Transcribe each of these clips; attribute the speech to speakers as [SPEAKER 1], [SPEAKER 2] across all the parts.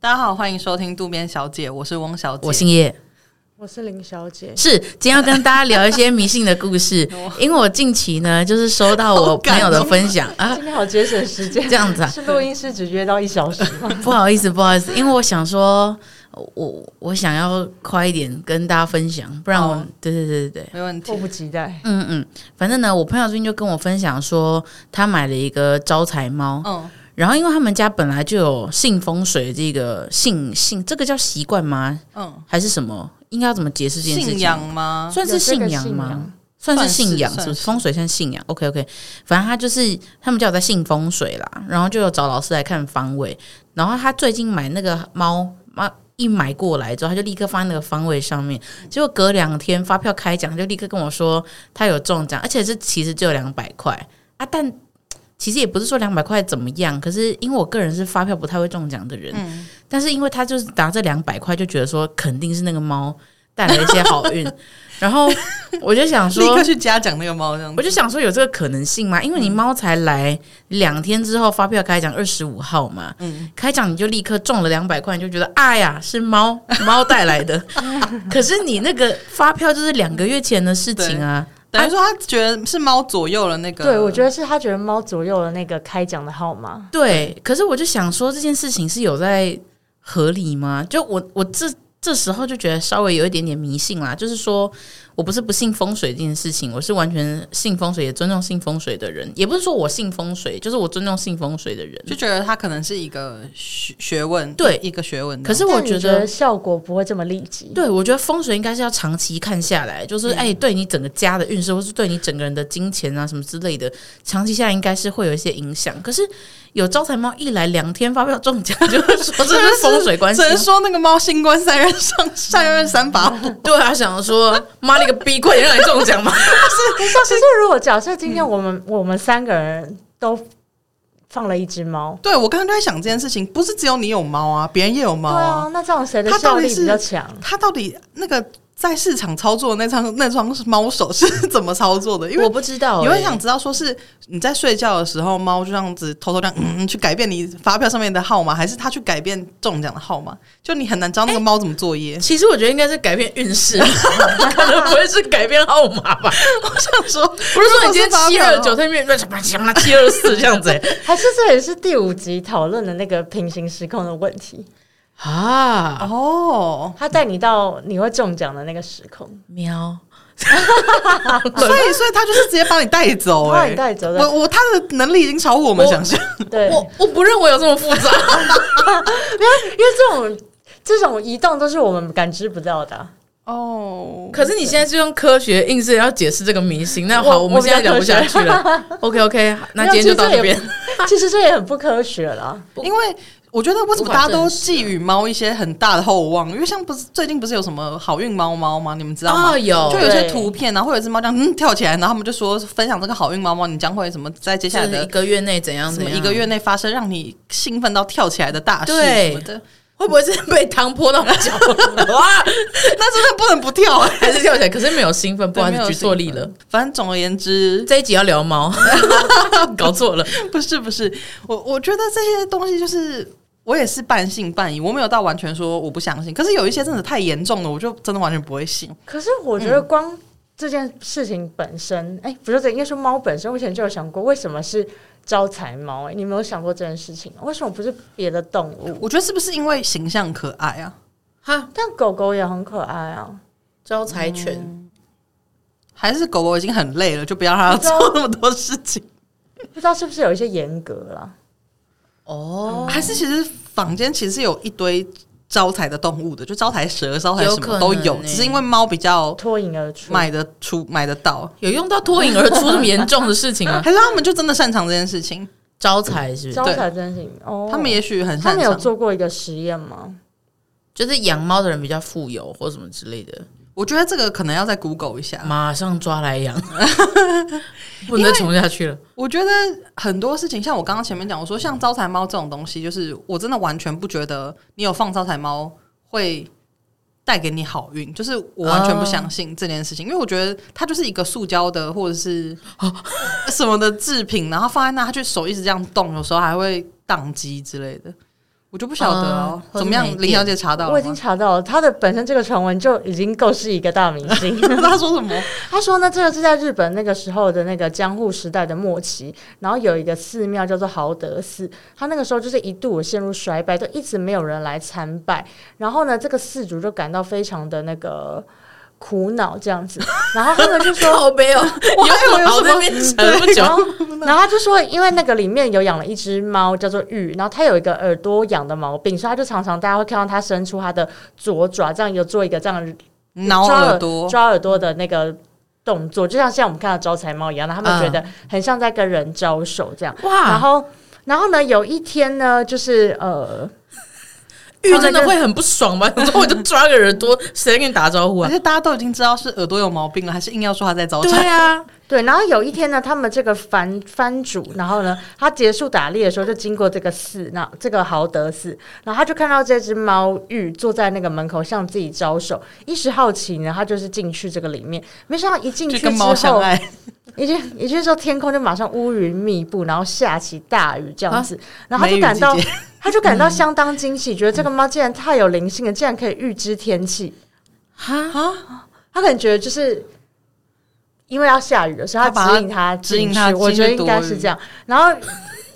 [SPEAKER 1] 大家好，欢迎收听渡边小姐，我是翁小姐。
[SPEAKER 2] 我姓叶，
[SPEAKER 3] 我是林小姐，
[SPEAKER 2] 是今天要跟大家聊一些迷信的故事，因 为我近期呢，就是收到我朋友的分享啊，
[SPEAKER 3] 今天好节省时间
[SPEAKER 2] 这，样子 啊，
[SPEAKER 3] 是录音室只约到一 小时吗？
[SPEAKER 2] 不好意思，不好意思，因为我想说，我我想要快一点跟大家分享，不然我，
[SPEAKER 1] 哦
[SPEAKER 2] 对对对对对。
[SPEAKER 1] 没问题
[SPEAKER 3] 迫。不及待，
[SPEAKER 2] 嗯嗯，反正呢，我朋友最近就跟我分享说，他买了一个招财猫，
[SPEAKER 1] 嗯，
[SPEAKER 2] 然后因为他们家本来就有信风水这个信信，这个叫习惯吗？
[SPEAKER 1] 嗯，
[SPEAKER 2] 还是什么？应该要怎么解释这件事
[SPEAKER 1] 信
[SPEAKER 2] 情？
[SPEAKER 1] 仰吗？
[SPEAKER 2] 算是信仰
[SPEAKER 3] 有这个信
[SPEAKER 2] 吗
[SPEAKER 3] 仰？
[SPEAKER 2] 算是信仰，
[SPEAKER 1] 算是
[SPEAKER 2] 是不是风水算信仰？OK OK，反正他就是他们叫我在信风水啦，然后就有找老师来看方位，然后他最近买那个猫猫一买过来之后，他就立刻放在那个方位上面，结果隔两天发票开奖，他就立刻跟我说他有中奖，而且是其实只有两百块啊，但其实也不是说两百块怎么样，可是因为我个人是发票不太会中奖的人，
[SPEAKER 1] 嗯，
[SPEAKER 2] 但是因为他就是拿这两百块，就觉得说肯定是那个猫带来一些好 运，然后我就想
[SPEAKER 1] 立
[SPEAKER 2] 说
[SPEAKER 1] 刻，去嘉奖那个猫这样
[SPEAKER 2] 我
[SPEAKER 1] 子。
[SPEAKER 2] 就想说有这个可能性吗？因为你猫才来两天之后，发票开奖二十五号嘛，
[SPEAKER 1] 嗯，
[SPEAKER 2] 开奖你就立刻中了两百块，你就觉得哎呀是猫猫带来 的，可是你那个发票就是两个月前的事情啊，
[SPEAKER 1] 等于说他觉得是猫左右了那个。
[SPEAKER 3] 对我觉得是他觉得猫左右了那个开奖的号码，
[SPEAKER 2] 对，可是我就想说这件事情是有在合理吗？就我我这这时候就觉得稍微有一点点迷信啦，就是说我不是不信风水这件事情，我是完全信风水，也尊重信风水的人，也不是说我信风水，就是我尊重信风水的人。
[SPEAKER 1] 就觉得它可能是一个学学问，
[SPEAKER 2] 对
[SPEAKER 1] 一个学问这
[SPEAKER 2] 可
[SPEAKER 1] 样。
[SPEAKER 2] 是我
[SPEAKER 3] 但你
[SPEAKER 2] 觉
[SPEAKER 3] 觉
[SPEAKER 2] 得。
[SPEAKER 3] 效果不会这么立即。
[SPEAKER 2] 对，我觉得风水应该是要长期看下来，就是哎、对你整个家的运势，或是对你整个人的金钱啊什么之类的，长期下来应该是会有一些影响。可是有招财猫一来两天发票中奖， 就会说这是风水关系
[SPEAKER 1] 只
[SPEAKER 2] 吗，
[SPEAKER 1] 能说那个猫新官三任
[SPEAKER 2] 嗯
[SPEAKER 1] 上上任三把火，
[SPEAKER 2] 对啊，想说妈了个逼，快点让你中奖吧！
[SPEAKER 3] 可是，可是如果假设今天我们、我们三个人都放了一只猫，
[SPEAKER 1] 对我刚刚就在想这件事情，不是只有你有猫啊，别人也有猫
[SPEAKER 3] 对啊，。那这样谁的
[SPEAKER 1] 它到
[SPEAKER 3] 效
[SPEAKER 1] 底
[SPEAKER 3] 力
[SPEAKER 1] 是
[SPEAKER 3] 比较强？
[SPEAKER 1] 它到底那个在市场操作的那张那双猫手是怎么操作的？因为
[SPEAKER 2] 我不知
[SPEAKER 3] 哦
[SPEAKER 2] 道、
[SPEAKER 1] 你
[SPEAKER 2] 欸，
[SPEAKER 1] 会想知道，说是你在睡觉的时候，猫就这样子偷偷这样嗯嗯去改变你发票上面的号码，还是它去改变中奖的号码？就你很难知
[SPEAKER 2] 哎
[SPEAKER 1] 道那个猫怎么作 业。
[SPEAKER 2] 其实我觉得应该是改变运势，可能不会是改变号码吧？
[SPEAKER 1] 我想说，不
[SPEAKER 2] 不是说你今天七二九，他面什么什么七二四这样子、欸、
[SPEAKER 3] 还是这也是第五集讨论的那个平行时空的问题？
[SPEAKER 2] 啊？
[SPEAKER 1] 哦，
[SPEAKER 3] 他带你到你会中奖的那个时空，
[SPEAKER 2] 喵，
[SPEAKER 1] 所以所以他就是直接把你带走、
[SPEAKER 3] 把
[SPEAKER 1] 哎，
[SPEAKER 3] 你带走的
[SPEAKER 1] 我我他的能力已经超乎我们
[SPEAKER 2] 我
[SPEAKER 1] 想 象，
[SPEAKER 3] 对，
[SPEAKER 2] 我我不认为有这么复杂，
[SPEAKER 3] 因为这种这种移动都是我们感知不到的啊、
[SPEAKER 1] 哦。
[SPEAKER 2] 可是你现在是用科学硬是要解释这个迷信，那好，
[SPEAKER 3] 我
[SPEAKER 2] 我们现在聊不下去了。OK OK，那今天就到这边。
[SPEAKER 3] 其实这也很不科学了。
[SPEAKER 1] 因为我觉得为什
[SPEAKER 2] 无
[SPEAKER 1] 么
[SPEAKER 2] 法
[SPEAKER 1] 大家都
[SPEAKER 2] 证实
[SPEAKER 1] 寄予猫一些很大的厚望？因为像不是最近不是有什么好运猫猫吗？你们知道吗？
[SPEAKER 2] 哦，有
[SPEAKER 1] 就有一些
[SPEAKER 3] 对
[SPEAKER 1] 图片，然后会有一只猫这样嗯跳起来，然后他们就说分享这个好运猫猫，你将会什么在接下来
[SPEAKER 2] 就是一
[SPEAKER 1] 的
[SPEAKER 2] 个月内怎样
[SPEAKER 1] 什
[SPEAKER 2] 怎
[SPEAKER 1] 么
[SPEAKER 2] 样，
[SPEAKER 1] 一个月内发生让你兴奋到跳起来的大事
[SPEAKER 2] 对
[SPEAKER 1] 什么 的，
[SPEAKER 2] 会不会是被汤泼 到脚？哇！
[SPEAKER 1] 那真的不能不跳、 哎
[SPEAKER 2] 还是跳起来，可是没有兴奋，不好意
[SPEAKER 1] 对没
[SPEAKER 2] 思，
[SPEAKER 1] 有
[SPEAKER 2] 举错力
[SPEAKER 1] 兴
[SPEAKER 2] 了
[SPEAKER 1] 奋。反正总而言之，
[SPEAKER 2] 这一集要聊猫， 搞错了。
[SPEAKER 1] 不是不是，我我觉得这些东西就是我也是半信半疑，我没有到完全说我不相信。可是有一些真的太严重了，我就真的完全不会信。
[SPEAKER 3] 可是我觉得
[SPEAKER 1] 嗯
[SPEAKER 3] 光这件事情本身，哎、不是这应该说猫本身，我以前就有想过，为什么是招财猫？哎，你没有想过这件事情吗？为什么不是别的动物？
[SPEAKER 1] 我觉得是不是因为形象可爱啊？
[SPEAKER 2] 哈，
[SPEAKER 3] 但狗狗也很可爱啊，
[SPEAKER 2] 招财犬，
[SPEAKER 1] 还是狗狗已经很累了，就不要让它做那么多事情？
[SPEAKER 3] 不知道是不是有一些严格啦？
[SPEAKER 2] 哦，
[SPEAKER 1] 还是其实坊间其实有一堆招财的动物的，就招财蛇、招财
[SPEAKER 2] 有
[SPEAKER 1] 什
[SPEAKER 2] 可
[SPEAKER 1] 么
[SPEAKER 2] 能
[SPEAKER 1] 都有，
[SPEAKER 2] 欸
[SPEAKER 1] 只是因为猫比较
[SPEAKER 3] 脱颖而出，
[SPEAKER 1] 买得出、买得到，
[SPEAKER 2] 有用到脱颖而出这么严重的事 情吗？
[SPEAKER 1] 还是他们就真的擅长这件事情？
[SPEAKER 2] 招财是不是？
[SPEAKER 3] 招财这件事情哦，
[SPEAKER 1] 他们也许很
[SPEAKER 3] 他
[SPEAKER 1] 擅
[SPEAKER 3] 们有
[SPEAKER 1] 长。
[SPEAKER 3] 做过一个实验吗？
[SPEAKER 2] 就是养猫的人比较富有，或什么之类的，
[SPEAKER 1] 我觉得这个可能要再 Google 一下。
[SPEAKER 2] 马上抓来养，不能再穷下去了。
[SPEAKER 1] 我觉得很多事情，像我刚刚前面讲，我说像招财猫这种东西，就是我真的完全不觉得你有放招财猫会带给你好运，就是我完全不相信这件事情，因为我觉得它就是一个塑胶的或者 是什么的制品，然后放在那，它就手一直这样动，有时候还会宕机之类的。我就不晓得哦、
[SPEAKER 2] 嗯或是
[SPEAKER 1] 怎么样
[SPEAKER 2] 没？
[SPEAKER 1] 林
[SPEAKER 2] 电
[SPEAKER 1] 小姐查到
[SPEAKER 3] 啊我
[SPEAKER 1] 了
[SPEAKER 3] 已经
[SPEAKER 1] 吗？
[SPEAKER 3] 查到了，他的本身这个传闻就已经够是一个大明星。
[SPEAKER 1] 他说什么？
[SPEAKER 3] 他说呢，这个是在日本那个时候的那个江户时代的末期，然后有一个寺庙叫做豪德寺，他那个时候就是一度陷入衰败，就一直没有人来参拜。然后呢，这个寺主就感到非常的那个苦恼这样子， 然 后他们就说，
[SPEAKER 2] 好悲哦，
[SPEAKER 1] 我还有
[SPEAKER 2] 有
[SPEAKER 1] 什
[SPEAKER 2] 老
[SPEAKER 1] 么
[SPEAKER 2] 那边沉不
[SPEAKER 3] 然
[SPEAKER 2] 久，
[SPEAKER 3] 后，然后他就说，因为那个里面有养了一只猫，叫做玉，然后它有一个耳朵痒的毛病，所以他就常常大家会看到它伸出它的左爪，这样有做一个这样
[SPEAKER 1] 挠
[SPEAKER 3] 抓
[SPEAKER 1] 耳朵，
[SPEAKER 3] 抓耳朵的那个动作，就像像我们看到招财猫一样，然后他
[SPEAKER 2] 嗯
[SPEAKER 3] 们觉得很像在跟人招手这样。
[SPEAKER 1] 啊
[SPEAKER 3] 然
[SPEAKER 2] 哇，
[SPEAKER 3] 后，然后呢，有一天呢，就是呃，
[SPEAKER 2] 玉真的会很不爽吧？你说我就抓个耳朵，谁来跟你打招呼
[SPEAKER 1] 而
[SPEAKER 2] 啊？
[SPEAKER 1] 且大家都已经知道是耳朵有毛病了，还是硬要说他在早
[SPEAKER 2] 对
[SPEAKER 1] 产。
[SPEAKER 2] 啊，
[SPEAKER 3] 对，然后有一天呢，他们这个藩藩主，然后呢，他结束打猎的时候，就经过这个寺，那这个豪德寺，然后他就看到这只猫玉坐在那个门口向自己招手，一时好奇呢，他就是进去这个里面，没想到一进去
[SPEAKER 1] 就
[SPEAKER 3] 之
[SPEAKER 1] 跟猫相
[SPEAKER 3] 后，
[SPEAKER 1] 爱，
[SPEAKER 3] 一进一进去之后，天空就马上乌云密布，然后下起大雨这样子，然后他
[SPEAKER 1] 梅
[SPEAKER 3] 就
[SPEAKER 1] 雨
[SPEAKER 3] 感
[SPEAKER 1] 季
[SPEAKER 3] 到
[SPEAKER 1] 节，嗯
[SPEAKER 3] 他就感到相当惊喜，觉得这个猫竟然太有灵性了，竟然可以预知天气。
[SPEAKER 1] 啊
[SPEAKER 2] 哈，
[SPEAKER 3] 他可能觉得就是因为要下雨了，所以
[SPEAKER 1] 他把
[SPEAKER 3] 指引他
[SPEAKER 1] 指引
[SPEAKER 3] 进
[SPEAKER 1] 他
[SPEAKER 3] 去我
[SPEAKER 1] 进
[SPEAKER 3] 觉得
[SPEAKER 1] 去
[SPEAKER 3] 应该
[SPEAKER 1] 躲
[SPEAKER 3] 是
[SPEAKER 1] 雨
[SPEAKER 3] 这样。然后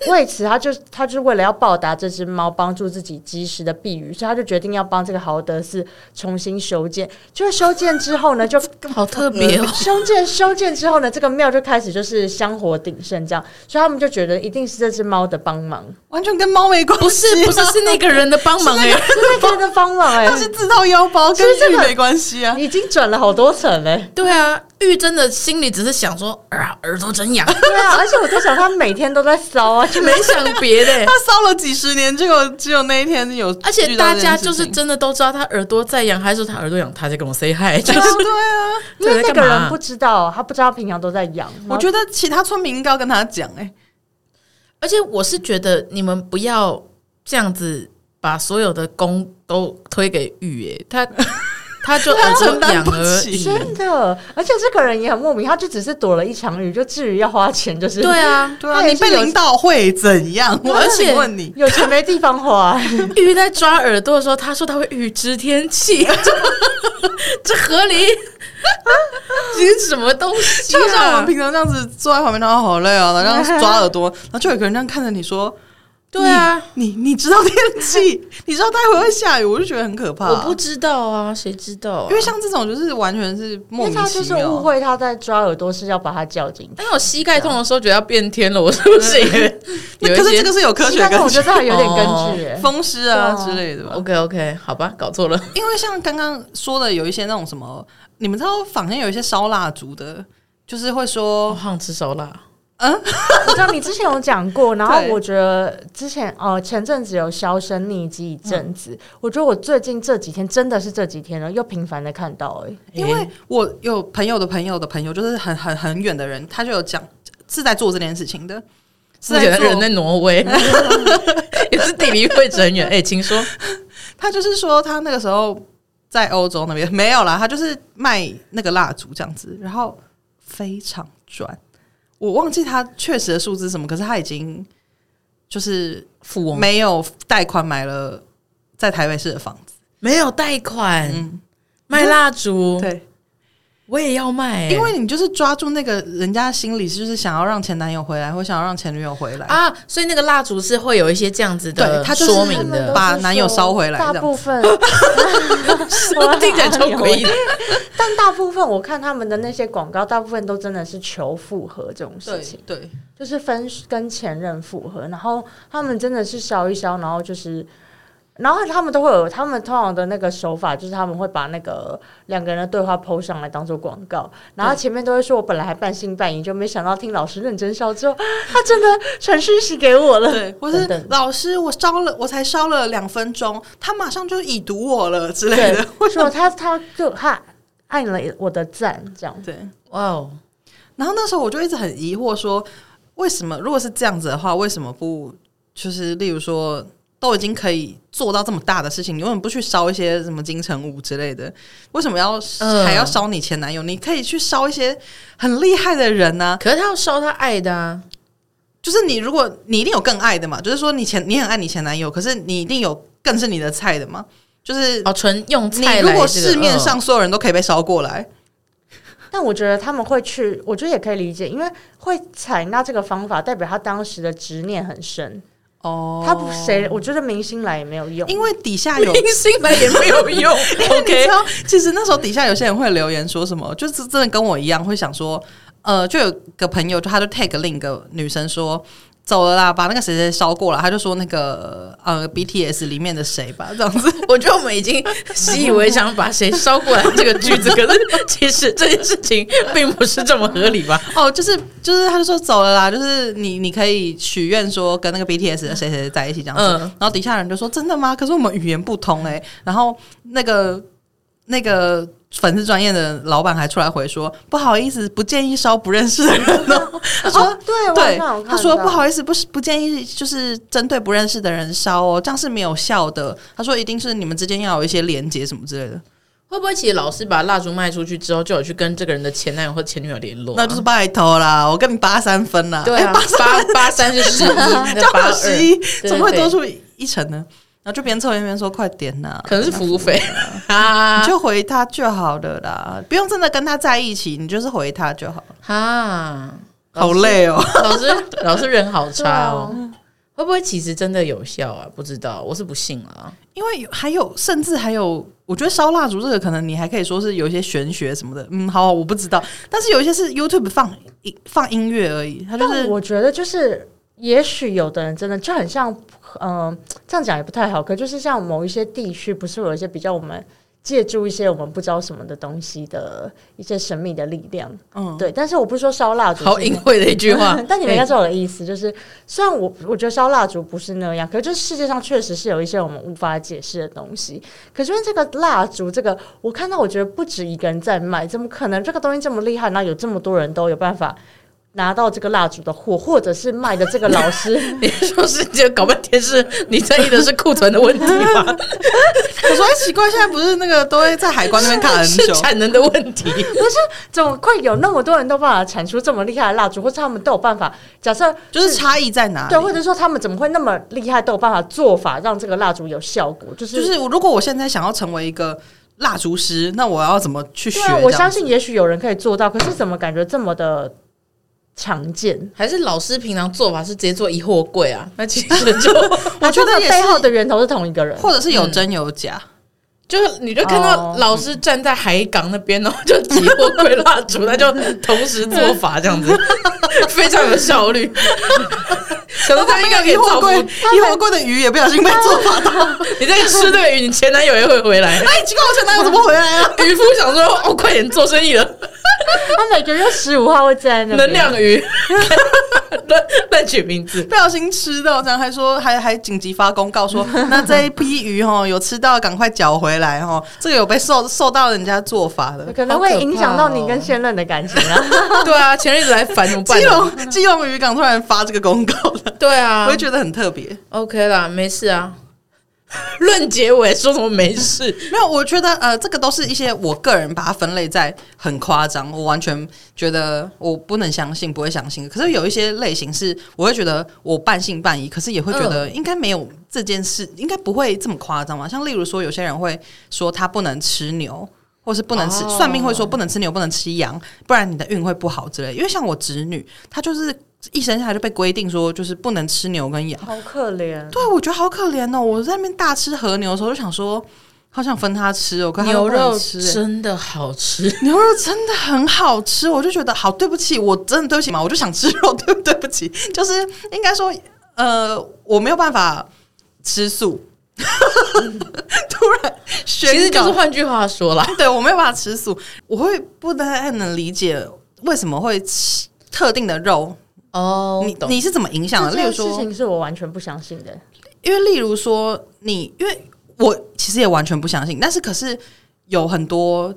[SPEAKER 3] 为此，他就他就是为了要报答这只猫，帮助自己及时的避雨，所以他就决定要帮这个豪德寺重新修建。就是修建之后 呢，就
[SPEAKER 2] 好特别哦，
[SPEAKER 3] 修建修建之后呢，这个庙就开始就是香火鼎盛这样，所以他们就觉得一定是这只猫的帮 忙，
[SPEAKER 1] 完全跟猫没关系。啊
[SPEAKER 2] 不是不是是那个人的帮忙哎，
[SPEAKER 3] 是那个人的帮忙哎、
[SPEAKER 1] 它是自掏腰包，跟
[SPEAKER 3] 所以这
[SPEAKER 1] 玉
[SPEAKER 3] 个
[SPEAKER 1] 没关系 啊。
[SPEAKER 3] 已经转了好多层欸嘞、
[SPEAKER 2] 对啊，玉真的心里只是想说，啊，耳朵真痒，
[SPEAKER 3] 对啊，而且我在想，他每天都在骚 啊，就
[SPEAKER 2] 没想别的欸
[SPEAKER 1] 他。烧了几十年，结果只有那一天有遇到
[SPEAKER 2] 而
[SPEAKER 1] 这件事情，啊
[SPEAKER 2] 且大家就是真的都知道他耳朵在痒，还是他耳朵痒，他在跟我 say hi，就
[SPEAKER 1] 对啊
[SPEAKER 2] 是
[SPEAKER 1] 对啊。
[SPEAKER 3] 因为那
[SPEAKER 2] 在
[SPEAKER 3] 个
[SPEAKER 2] 干嘛
[SPEAKER 3] 人不知道，他不知道平常都在养。
[SPEAKER 1] 我觉得其他村民应该要跟他讲，哎，
[SPEAKER 2] 而且我是觉得你们不要这样子把所有的功都推给玉耶， 他他就耳朵痒而已。
[SPEAKER 3] 真的，而且这个人也很莫名，他就只是躲了一场雨，就至于要花钱，就是
[SPEAKER 2] 对啊，
[SPEAKER 1] 对啊，
[SPEAKER 3] 他也
[SPEAKER 1] 你
[SPEAKER 3] 是
[SPEAKER 1] 被
[SPEAKER 3] 有
[SPEAKER 1] 领导会怎样？我
[SPEAKER 2] 而且
[SPEAKER 1] 请问你，
[SPEAKER 3] 有钱没地方花。
[SPEAKER 2] 玉在抓耳朵的时候，他说他会预知天气， 这这合理？ 这是什么东西、 啊？
[SPEAKER 1] 就像我们平常这样子坐在旁边，然后好累哦，然后这样抓耳朵，然后就有个人这样看着你说。
[SPEAKER 2] 对啊
[SPEAKER 1] 你，你你知道天 气，你知道待会会下雨，我就觉得很可怕、
[SPEAKER 2] 我不，知道啊，谁知道、啊？
[SPEAKER 1] 因为像这种就是完全是
[SPEAKER 3] 因
[SPEAKER 1] 莫
[SPEAKER 3] 为
[SPEAKER 1] 名
[SPEAKER 3] 他就
[SPEAKER 1] 其
[SPEAKER 3] 是误
[SPEAKER 1] 妙。
[SPEAKER 3] 会他在抓耳朵是要把他叫进去。
[SPEAKER 2] 当我膝盖痛的时候，觉得要变天了，我是不是也
[SPEAKER 1] 那
[SPEAKER 2] 有
[SPEAKER 1] 可
[SPEAKER 2] 一
[SPEAKER 1] 是这
[SPEAKER 2] 些
[SPEAKER 1] 个是有科学
[SPEAKER 3] 但是
[SPEAKER 1] 根
[SPEAKER 3] 我
[SPEAKER 1] 据
[SPEAKER 3] 觉得，这还有点根据、 欸，
[SPEAKER 1] 风湿啊
[SPEAKER 3] 对啊
[SPEAKER 1] 之类的吧。
[SPEAKER 2] ？OK OK，好吧，搞错了。
[SPEAKER 1] 因为像刚刚说的，有一些那种什么，你们知道坊间有一些烧蜡烛的，就是会
[SPEAKER 2] 我
[SPEAKER 1] 说，
[SPEAKER 2] 哦好想吃烧腊，
[SPEAKER 3] 我知道你之前有讲过，然后
[SPEAKER 1] 对
[SPEAKER 3] 我觉得之前呃前阵子有销声匿迹一阵子，我觉得我最近这几天真的是这几天了，又频繁的看到哎、
[SPEAKER 1] 因为我有朋友的朋友的朋友，就是很很很远的人，他就有讲是在做这件事情的，是
[SPEAKER 2] 我觉
[SPEAKER 1] 在
[SPEAKER 2] 得
[SPEAKER 1] 做
[SPEAKER 2] 人在挪 威，也是地理会成员。哎、请说。
[SPEAKER 1] 他就是说他那个时候在欧洲那边没有啦，他就是卖那个蜡烛这样子，然后非常赚。我忘记他确实的数字是什么，可是他已经就是
[SPEAKER 2] 富翁
[SPEAKER 1] 没有贷款买了在台北市的房子。
[SPEAKER 2] 没有贷款，
[SPEAKER 1] 嗯
[SPEAKER 2] 卖蜡烛，
[SPEAKER 1] 对，
[SPEAKER 2] 我也要卖、哎
[SPEAKER 1] 因为你就是抓住那个人家心里就是想要让前男友回来，或想要让前女友回来。
[SPEAKER 2] 啊，所以那个蜡烛是会有一些这样子的
[SPEAKER 1] 对它就是
[SPEAKER 2] 说
[SPEAKER 1] 他
[SPEAKER 2] 明
[SPEAKER 1] 们
[SPEAKER 2] 的
[SPEAKER 1] 都，把男友烧回来
[SPEAKER 3] 大
[SPEAKER 1] 这样
[SPEAKER 3] 部 分
[SPEAKER 2] 我 听起来超诡异的。
[SPEAKER 3] 但 大部分我看他们的那些广告，大部分都真的是求复合这种事
[SPEAKER 1] 对
[SPEAKER 3] 情，
[SPEAKER 1] 对，
[SPEAKER 3] 就是分跟前任复合，然后他们真的是烧一烧，然后就是。然后他们都会有，他们通常的那个手法就是他们会把那个两个人的对话 PO 上来当做广告，然后前面都会说我本来还半信半疑，就没想到听老师认真烧之后，他真的传讯息给我了。
[SPEAKER 1] 对，或是
[SPEAKER 3] 等等
[SPEAKER 1] 老师，我烧了，我才烧了两分钟，他马上就已读我了之类
[SPEAKER 3] 对
[SPEAKER 1] 的。，
[SPEAKER 3] 为什么他他就他按了我的赞这样？
[SPEAKER 1] 对，
[SPEAKER 2] 哇哦，
[SPEAKER 1] 然后那时候我就一直很疑惑说，为什么如果是这样子的话，为什么不就是例如说都已经可以做到这么大的事情，你为什么不去烧一些什么金城武之类的？为什么要、
[SPEAKER 2] 嗯
[SPEAKER 1] 还要烧你前男友？你可以去烧一些很厉害的人呢、
[SPEAKER 2] 可是他要烧他爱的啊，
[SPEAKER 1] 就是你如果你一定有更爱的嘛，就是说你前你很爱你前男友，可是你一定有更是你的菜的嘛，就是
[SPEAKER 2] 哦，纯用
[SPEAKER 1] 你
[SPEAKER 2] 菜来、这个。
[SPEAKER 1] 如果市面
[SPEAKER 2] 嗯
[SPEAKER 1] 上所有人都可以被烧过来，
[SPEAKER 3] 但我觉得他们会去，我觉得也可以理解，因为会采纳这个方法，代表他当时的执念很深。
[SPEAKER 1] 哦
[SPEAKER 3] 他不谁，我觉得明星来也没有用，
[SPEAKER 1] 因为底下有
[SPEAKER 2] 明星来也没有用。
[SPEAKER 1] 你知
[SPEAKER 2] OK，
[SPEAKER 1] 道，其实那时候底下有些人会留言说什么，就是真的跟我一样会想说，呃，就有个朋友，就他就 tag 另一个女生说。走了啦，把那个谁谁烧过了。他就说那个呃 BTS 里面的谁吧，这样子。
[SPEAKER 2] 我觉得我们已经习以为常，把谁烧过来这个句子，可是 其实这件事情并不是这么合理吧？
[SPEAKER 1] 哦，就是就是，他就说走了啦，就是你你可以许愿说跟那个 BTS 的谁谁谁在一起这样子，
[SPEAKER 2] 嗯
[SPEAKER 1] 然后底下人就说真的吗？可是我们语言不通哎、然后那个那个粉丝专业的老板还出来回说不好意思，不建议烧不认识的人 哦。他说、
[SPEAKER 3] 哦，对，我好
[SPEAKER 1] 对
[SPEAKER 3] 像有，看
[SPEAKER 1] 他说
[SPEAKER 3] 到
[SPEAKER 1] 不好意思，不是不建议，就是针对不认识的人烧哦，这样是没有效的。他说一定是你们之间要有一些连接什么之类的，
[SPEAKER 2] 会不会其实老师把蜡烛卖出去之后，就有去跟这个人的前男友或前女友联络啊、
[SPEAKER 1] 那就是拜托啦，我跟你八三分啦，
[SPEAKER 2] 对啊，八八三是 十一，那
[SPEAKER 1] 交
[SPEAKER 2] 八
[SPEAKER 1] 到十
[SPEAKER 2] 二
[SPEAKER 1] 一，
[SPEAKER 2] 对
[SPEAKER 1] 怎么会多出一层呢？然后就边凑边边说：“快点呐、
[SPEAKER 2] 可能是服务费
[SPEAKER 1] 你
[SPEAKER 2] 啊
[SPEAKER 1] 就回他就好了啦，不用真的跟他在一起，你就是回他就好了。
[SPEAKER 2] 啊！
[SPEAKER 1] 好累哦，
[SPEAKER 2] 老师， 老师人好
[SPEAKER 3] 对
[SPEAKER 2] 差
[SPEAKER 3] 啊
[SPEAKER 2] 哦。会不会其实真的有效啊？不知道，我是不信了啊。
[SPEAKER 1] 因为有还有甚至还有，我觉得烧蜡烛这个可能你还可以说是有一些玄学什么的，嗯，好，我不知道。但是有一些是 YouTube 放音放音乐而已，他就
[SPEAKER 3] 但
[SPEAKER 1] 是
[SPEAKER 3] 我觉得就是，也许有的人真的就很像，嗯、这样讲也不太好，可就是像某一些地区，不是有一些比较我们借助一些我们不知道什么的东西的一些神秘的力量，
[SPEAKER 1] 嗯，
[SPEAKER 3] 对。但是我不是说烧蜡烛，
[SPEAKER 2] 好
[SPEAKER 3] 是，
[SPEAKER 2] 隐晦的一句话
[SPEAKER 3] 但你们应该知道我的意思，就是虽然我我觉得烧蜡烛不是那样，可是就是世界上确实是有一些我们无法解释的东西。可是因为这个蜡烛，这个我看到我觉得不止一个人在卖，怎么可能这个东西这么厉害，然后有这么多人都有办法拿到这个蜡烛的货，或者是卖的这个老师？
[SPEAKER 2] 你说是就搞半天是你在意的是库存的问题吧？
[SPEAKER 1] 我说哎奇怪，现在不是那个都会在海关那边卡 很
[SPEAKER 2] 是
[SPEAKER 1] 久，
[SPEAKER 2] 产能的问题。
[SPEAKER 3] 怎么会有那么多人都有办法产出这么厉害的蜡烛，或者他们都有办法？假设
[SPEAKER 1] 就是差异在哪里？
[SPEAKER 3] 对，或者说他们怎么会那么厉害，都有办法做法让这个蜡烛有效果？就是
[SPEAKER 1] 就是我如果我现在想要成为一个蜡烛师，那我要怎么去学
[SPEAKER 3] 对
[SPEAKER 1] 这
[SPEAKER 3] 啊，
[SPEAKER 1] 样子？
[SPEAKER 3] 我相信也许有人可以做到，可是怎么感觉这么的常见？
[SPEAKER 2] 还是老师平常做法是直接做一货柜 啊？那其实就
[SPEAKER 1] 我觉得也
[SPEAKER 3] 背后
[SPEAKER 1] 是，
[SPEAKER 3] 的源头是同一个人。
[SPEAKER 1] 或者是
[SPEAKER 3] 嗯
[SPEAKER 1] 有真有假。
[SPEAKER 2] 就是你就看到
[SPEAKER 3] 哦
[SPEAKER 2] 老师站在海港那边，然后就挤货柜蜡 烛，那就同时做法这样子， 非常有效 率。想
[SPEAKER 1] 如
[SPEAKER 2] 到
[SPEAKER 1] 果
[SPEAKER 2] 他应
[SPEAKER 1] 没
[SPEAKER 2] 该
[SPEAKER 1] 有
[SPEAKER 2] 可以
[SPEAKER 1] 一
[SPEAKER 2] 造
[SPEAKER 1] 货柜，
[SPEAKER 2] 福
[SPEAKER 1] 一货柜的鱼也不小心被做法 到。
[SPEAKER 2] 你这个吃对鱼，你前男友也会回来。
[SPEAKER 1] 哎，奇怪，我前男友怎么回来啊 了？
[SPEAKER 2] 渔夫想说：“哦，快点做生意 了，
[SPEAKER 3] 他每个月十五号会站在那
[SPEAKER 2] 能
[SPEAKER 3] 边，
[SPEAKER 2] 量鱼，乱 乱取名字。
[SPEAKER 1] 不小心吃到，这样还说还还紧急发公告说，那这一批鱼哦有吃到，赶快缴回来哦。这个有被受受到人家做法的。
[SPEAKER 3] 可能会影响到你跟现任的感情啊。
[SPEAKER 2] 对啊，前任一直来烦，怎么办
[SPEAKER 1] 哦基
[SPEAKER 2] 呢？
[SPEAKER 1] 隆基隆渔港突然发这个公告 了，
[SPEAKER 3] 嗯
[SPEAKER 2] 对啊，
[SPEAKER 1] 我也觉得很特别。
[SPEAKER 2] OK 啦，没事啊。 论结尾说什么没事？
[SPEAKER 1] 没有，我觉得呃，这个都是一些我个人把它分类在很夸张，我完全觉得我不能相信，不会相信。可是有一些类型是，我会觉得我半信半疑，可是也会觉得应该没有这件事，应该不会这么夸张嘛。像例如说，有些人会说他不能吃牛。或是不能吃
[SPEAKER 2] 哦
[SPEAKER 1] 算命会说不能吃牛，不能吃羊，不然你的运会不好之类。因为像我侄女，她就是一生下来就被规定说，就是不能吃牛跟羊。
[SPEAKER 3] 好可怜，
[SPEAKER 1] 对，我觉得好可怜哦！我在那边大吃和牛的时候，就想说，好想分他吃哦，可是他都
[SPEAKER 2] 牛
[SPEAKER 1] 不能
[SPEAKER 2] 肉
[SPEAKER 1] 吃、欸。
[SPEAKER 2] 真的好吃，
[SPEAKER 1] 牛肉真的很好吃，我就觉得好对不起，我真的对不起嘛，我就想吃肉，对不对不起？ 就是应该说，呃，我没有办法吃素， 突然 宣告
[SPEAKER 2] 其实就是换句话说啦，
[SPEAKER 1] 对我没有办法吃素，我会不太能理解为什么会吃特定的肉，
[SPEAKER 2] 哦
[SPEAKER 1] 你你是怎么影响的？
[SPEAKER 3] 这
[SPEAKER 1] 例如
[SPEAKER 3] 件
[SPEAKER 1] 说
[SPEAKER 3] 事，情是我完全不相信的。
[SPEAKER 1] 因为例如说你，因为我其实也完全不相信，但是可是有很多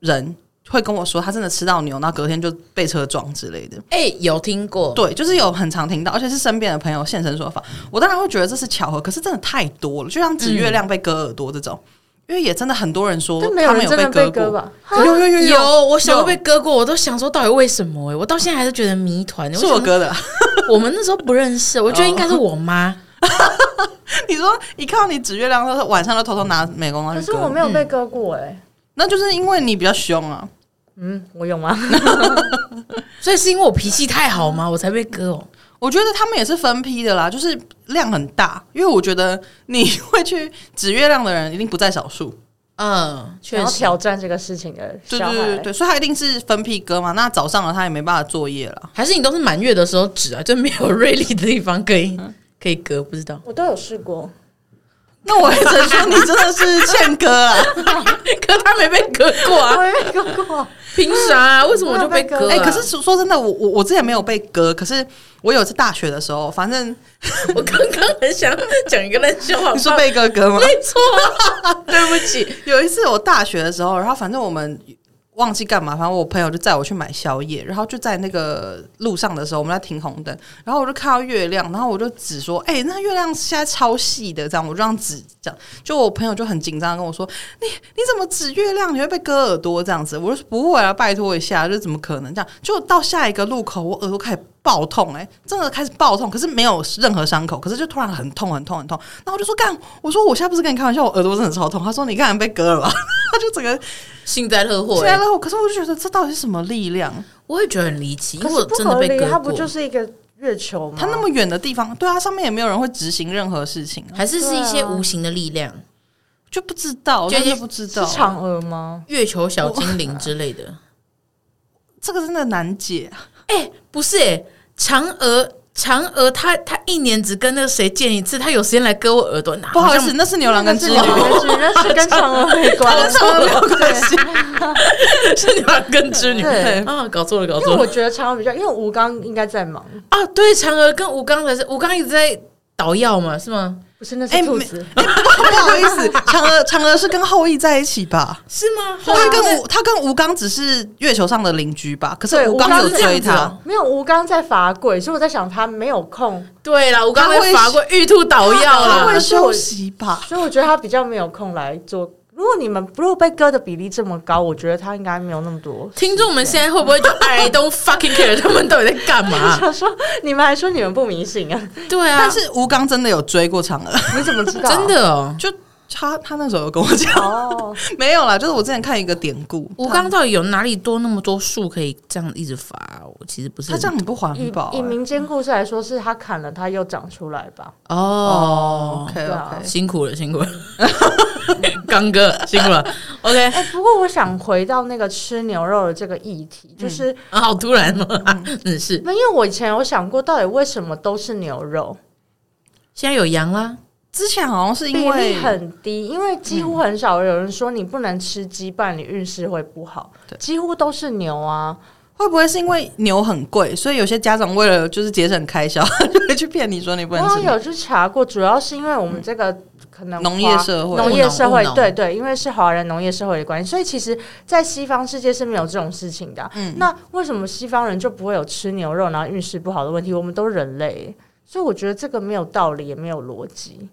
[SPEAKER 1] 人会跟我说，他真的吃到牛，然后隔天就被车撞之类的。
[SPEAKER 2] 哎、有听
[SPEAKER 3] 哦
[SPEAKER 2] 过？
[SPEAKER 1] 对，就是有很常听到，而且是身边的朋友现身说法。我当然会觉得这是巧合，可是真的太多了，就像指月亮被割耳朵这种。因为也真的很多人说
[SPEAKER 3] 但嗯没
[SPEAKER 1] 他们
[SPEAKER 3] 人真的
[SPEAKER 1] 被
[SPEAKER 3] 被
[SPEAKER 1] 割
[SPEAKER 3] 割
[SPEAKER 1] 过，
[SPEAKER 3] 吧？
[SPEAKER 1] 有有有
[SPEAKER 2] 有，我小时候被割过，我都想说到底为什么、欸？我到现在还是觉得谜团。欸
[SPEAKER 1] 是我
[SPEAKER 2] 为什么
[SPEAKER 1] 割的。 哦
[SPEAKER 2] 我们那时候不认识，我觉得应该是我妈。
[SPEAKER 1] 你说一看到你指月亮，他晚上都偷偷拿美工刀
[SPEAKER 3] 可
[SPEAKER 1] 去
[SPEAKER 3] 是
[SPEAKER 1] 哦割，嗯
[SPEAKER 3] 我没有被割过哎、
[SPEAKER 1] 那就是因为你比较凶啊。
[SPEAKER 3] 嗯，我 有吗？
[SPEAKER 2] 所以是因为我脾气太好吗？我才被割哦、
[SPEAKER 1] 我觉得他们也是分批的啦，就是量很大，因为我觉得你会去指月亮的人一定不在少数。
[SPEAKER 2] 嗯，确
[SPEAKER 3] 想要
[SPEAKER 2] 实。
[SPEAKER 3] 挑战这个事情的
[SPEAKER 1] 对
[SPEAKER 3] 小
[SPEAKER 1] 对
[SPEAKER 3] 孩，
[SPEAKER 1] 对对，所以他一定是分批割嘛。那早上了，他也没办法作业 了。
[SPEAKER 2] 还是你都是满月的时候指啊，就没有锐利的地方可
[SPEAKER 1] 嗯
[SPEAKER 2] 以、可以割，不知道
[SPEAKER 3] 我都有试过。
[SPEAKER 1] 那我也只能说你真的是欠割 啊！
[SPEAKER 2] 可他没被割过啊，
[SPEAKER 3] 我也被割过，
[SPEAKER 2] 凭啥、啊？为什么我就被割、啊？
[SPEAKER 1] 哎、可是说说真的，我我我之前没有被割，可是我有一次大学的时候，反正
[SPEAKER 2] 我刚刚很想讲一个烂笑话，
[SPEAKER 1] 你说被割 割吗？
[SPEAKER 2] 没错啊， 对不起，
[SPEAKER 1] 有一次我大学的时候，然后反正我们忘记干嘛，反正我朋友就载我去买宵夜，然后就在那个路上的时候，我们在停红灯，然后我就看到月亮，然后我就指说：“哎、那月亮现在超细的。”这样我就这样指，这样就我朋友就很紧张地跟我说：“你你怎么指月亮？你会被割耳朵这样子？”我就说：“不会啊，拜托一下，就怎么可能这样？”就到下一个路口，我耳朵开始。爆痛哎、真的开始爆痛，可是没有任何伤口，可是就突然很痛很痛很痛，然后我就说干，我说我现在不是跟你开玩笑，我耳朵真的超痛。他说你刚被割了吧？ 他就整个
[SPEAKER 2] 幸灾乐祸、
[SPEAKER 1] 虽然
[SPEAKER 2] 欸，
[SPEAKER 1] 后，可是我就觉得这到底是什么力量？
[SPEAKER 2] 我也觉得很离奇，因
[SPEAKER 3] 可
[SPEAKER 2] 为我
[SPEAKER 3] 是不
[SPEAKER 2] 真的
[SPEAKER 3] 合
[SPEAKER 2] 被
[SPEAKER 3] 理，
[SPEAKER 2] 割
[SPEAKER 3] 它
[SPEAKER 2] 过，
[SPEAKER 3] 不就是一个月球吗？
[SPEAKER 1] 它那么远的地方，对啊，上面也没有人会执行任何事情啊，
[SPEAKER 2] 还是是一些
[SPEAKER 3] 对啊
[SPEAKER 2] 无形的力量，
[SPEAKER 1] 就不知道，
[SPEAKER 2] 就
[SPEAKER 1] 真
[SPEAKER 2] 是
[SPEAKER 1] 的不知
[SPEAKER 3] 是
[SPEAKER 1] 道，
[SPEAKER 3] 嫦娥吗？
[SPEAKER 2] 月球小精灵之类 的。
[SPEAKER 1] 这个真的难解啊。
[SPEAKER 2] 哎、不是哎、嫦娥，嫦娥她她一年只跟那个谁见一次，她有时间来割我耳朵，
[SPEAKER 1] 不好意
[SPEAKER 2] 像
[SPEAKER 1] 思，，那是牛郎跟织女，
[SPEAKER 3] 那是那是跟嫦娥没关，
[SPEAKER 1] 跟嫦娥没有关系。
[SPEAKER 2] 是你们跟织女
[SPEAKER 3] 对
[SPEAKER 2] 啊，搞错了，搞
[SPEAKER 3] 因为
[SPEAKER 2] 错
[SPEAKER 3] 我
[SPEAKER 2] 了
[SPEAKER 3] 觉得嫦娥比较，因为吴刚应该在忙，
[SPEAKER 2] 啊！对，嫦娥跟吴刚才是吴刚一直在捣药嘛，是吗？
[SPEAKER 3] 不是那
[SPEAKER 1] 哎
[SPEAKER 3] 是兔子，
[SPEAKER 1] 不好意思，嫦娥嫦娥是跟后羿在一起吧？
[SPEAKER 2] 是吗？
[SPEAKER 3] 啊
[SPEAKER 2] 后
[SPEAKER 1] 他
[SPEAKER 2] 来在
[SPEAKER 1] 跟吴他跟吴刚只是月球上的邻居吧？可是
[SPEAKER 3] 对
[SPEAKER 1] 吴
[SPEAKER 3] 吴
[SPEAKER 1] 刚
[SPEAKER 3] 刚
[SPEAKER 1] 有
[SPEAKER 3] 是这
[SPEAKER 1] 追
[SPEAKER 2] 样子
[SPEAKER 1] 他
[SPEAKER 2] 哦，
[SPEAKER 3] 没有吴刚在罚跪，所以我在想他没有空，
[SPEAKER 2] 对啦，吴刚在法国玉兔捣药
[SPEAKER 1] 他
[SPEAKER 3] 了
[SPEAKER 1] 会
[SPEAKER 2] 啦。
[SPEAKER 1] 休息吧？
[SPEAKER 3] 所以我觉得他比较没有空来做。如果你们如果被割的比例这么高，我觉得他应该没有那么多。
[SPEAKER 2] 听众们现在会不会就 I don't fucking care 他们到底在干嘛？
[SPEAKER 3] 他说：“你们还说你们不迷信啊？
[SPEAKER 2] 对啊，
[SPEAKER 1] 但是吴刚真的有追过嫦娥，
[SPEAKER 3] 你怎么 知道？
[SPEAKER 2] 真的哦，
[SPEAKER 1] 就他他那时候有跟我讲，
[SPEAKER 3] 哦，
[SPEAKER 1] 没有啦，就是我之前看一个典故，
[SPEAKER 2] 吴刚到底有哪里多那么多树可以这样一直伐？我其实不是
[SPEAKER 1] 他这样很欸不环
[SPEAKER 3] 以
[SPEAKER 1] 保、
[SPEAKER 3] 以民间故事来说，是他砍了，他又长出来吧？
[SPEAKER 2] 哦
[SPEAKER 1] 欸 OK
[SPEAKER 3] 对啊
[SPEAKER 1] OK，
[SPEAKER 2] 辛苦了，辛苦了，刚哥辛苦了。OK，
[SPEAKER 3] 哎、不过我想回到那个吃牛肉的这个议题，就是、
[SPEAKER 2] 啊好突然哦，嗯是，
[SPEAKER 3] 那因为我以前有想过，到底为什么都是牛肉，
[SPEAKER 2] 现在有羊啦，
[SPEAKER 1] 之前好像是
[SPEAKER 3] 比
[SPEAKER 1] 因
[SPEAKER 3] 例
[SPEAKER 1] 为
[SPEAKER 3] 很低，因为几乎很少有人说你不能吃鸡拌，你运势会不好
[SPEAKER 1] 对，
[SPEAKER 3] 几乎都是牛啊。
[SPEAKER 1] 会不会是因为牛很贵，所以有些家长为了就是节省开销， 就会去骗你说你不
[SPEAKER 3] 我
[SPEAKER 1] 能
[SPEAKER 3] 好
[SPEAKER 1] 吃
[SPEAKER 3] 像有去查过，主要是因为我们这个。可能
[SPEAKER 1] 农业
[SPEAKER 3] 华
[SPEAKER 1] 社会哦
[SPEAKER 3] 农业社
[SPEAKER 2] 务
[SPEAKER 3] 会
[SPEAKER 2] 农务农
[SPEAKER 3] 对对，因为是华人农业社会的关系，所以其实，在西方世界是没有这种事情的啊、
[SPEAKER 1] 嗯
[SPEAKER 3] 那为什么西方人就不会有吃牛肉然后运势不好的问题？我们都人类，所以我觉得这个没有道理，也没有逻辑。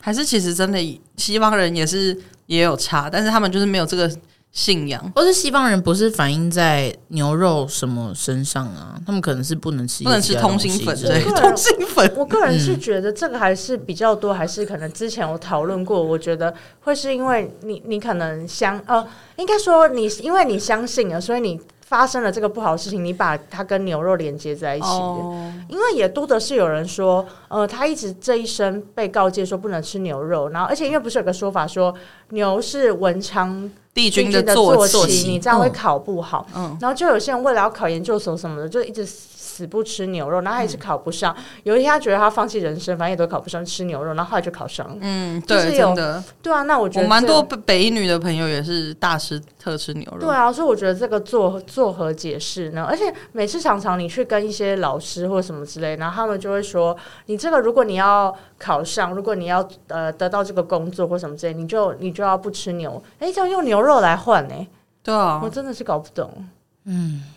[SPEAKER 1] 还是其实真的西方人也是也有差，但是他们就是没有这个信仰，
[SPEAKER 2] 或是西方人不是反映在牛肉什么身上啊？他们可能是不能吃一些
[SPEAKER 1] 不能吃
[SPEAKER 2] 其他东
[SPEAKER 1] 通
[SPEAKER 2] 西
[SPEAKER 1] 心粉
[SPEAKER 2] 之
[SPEAKER 1] 对
[SPEAKER 3] 啊
[SPEAKER 2] 类的，
[SPEAKER 1] 通心粉。
[SPEAKER 3] 我个人是觉得这个还是比较多，还是可能之前有讨论过，我觉得会是因为你你可能相呃，应该说你因为你相信了，所以你发生了这个不好的事情，你把它跟牛肉连接在一起。
[SPEAKER 1] 哦，
[SPEAKER 3] 因为也多的是有人说，呃，他一直这一生被告诫说不能吃牛肉，然后而且因为不是有个说法说牛是文昌
[SPEAKER 1] 帝
[SPEAKER 3] 君
[SPEAKER 1] 君的
[SPEAKER 3] 坐
[SPEAKER 1] 坐骑，
[SPEAKER 3] 你这样会
[SPEAKER 2] 嗯
[SPEAKER 3] 考不好。
[SPEAKER 1] 嗯
[SPEAKER 3] 然后就有些人为了要考研究所什么的，就一直死不吃牛
[SPEAKER 1] 嗯
[SPEAKER 3] 肉，然后他也是考不上。有一天他觉得他放弃人生，反正也都考不上，吃牛肉，然后后来就考上了。
[SPEAKER 1] 嗯，
[SPEAKER 3] 就是
[SPEAKER 1] 对，
[SPEAKER 3] 有
[SPEAKER 1] 真的，
[SPEAKER 3] 对啊，那我觉
[SPEAKER 1] 我
[SPEAKER 3] 得
[SPEAKER 1] 蛮
[SPEAKER 3] 这
[SPEAKER 1] 多。北北一女的朋友也是大吃特吃牛
[SPEAKER 3] 对
[SPEAKER 1] 肉，
[SPEAKER 3] 啊，所以我觉得这个做做何解释呢？而且每次常常你去跟一些老师或什么之类，然后他们就会说，你这个如果你要考上，如果你要呃得到这个工作或什么之类，你就你就要不吃牛，哎，这样用牛肉来换呢、
[SPEAKER 1] 对啊
[SPEAKER 3] 我，真的是搞不懂。